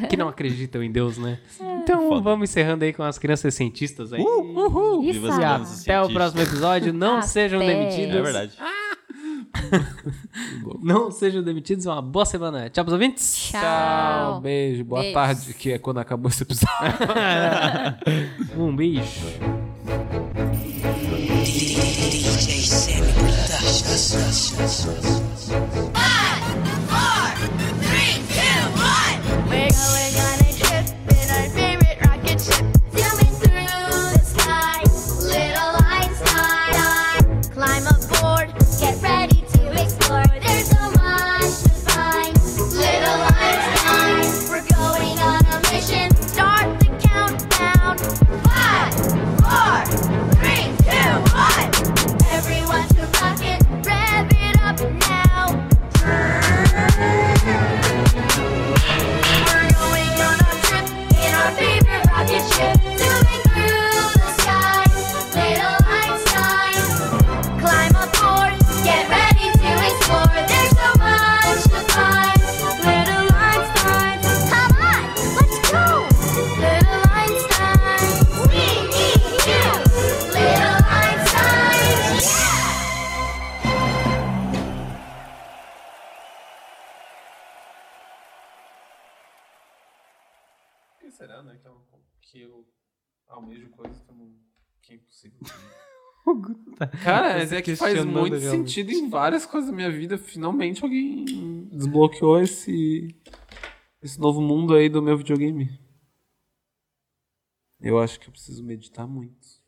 S1: que, que não acreditam em Deus, né?
S3: É.
S1: Então vamos encerrando aí com as crianças cientistas aí.
S5: Isso.
S2: Viva as
S1: E
S2: crianças
S1: até o
S2: cientistas.
S1: próximo episódio. Não sejam
S5: Até.
S1: demitidos.
S2: É verdade.
S1: Não sejam demitidos. é Uma boa semana. Tchau pros ouvintes.
S5: Tchau.
S3: Tchau, beijo, boa
S5: Beijo.
S3: tarde, que é quando acabou esse episódio.
S1: Um beijo.
S11: We're going on a trip in our favorite rocket ship, zooming through the sky.
S3: né? Que eu, que eu almejo coisas que, eu não, que é impossível. Cara, mas é que faz muito sentido em várias coisas da minha vida. Finalmente alguém desbloqueou esse, esse novo mundo aí do meu videogame. Eu acho que eu preciso meditar muito.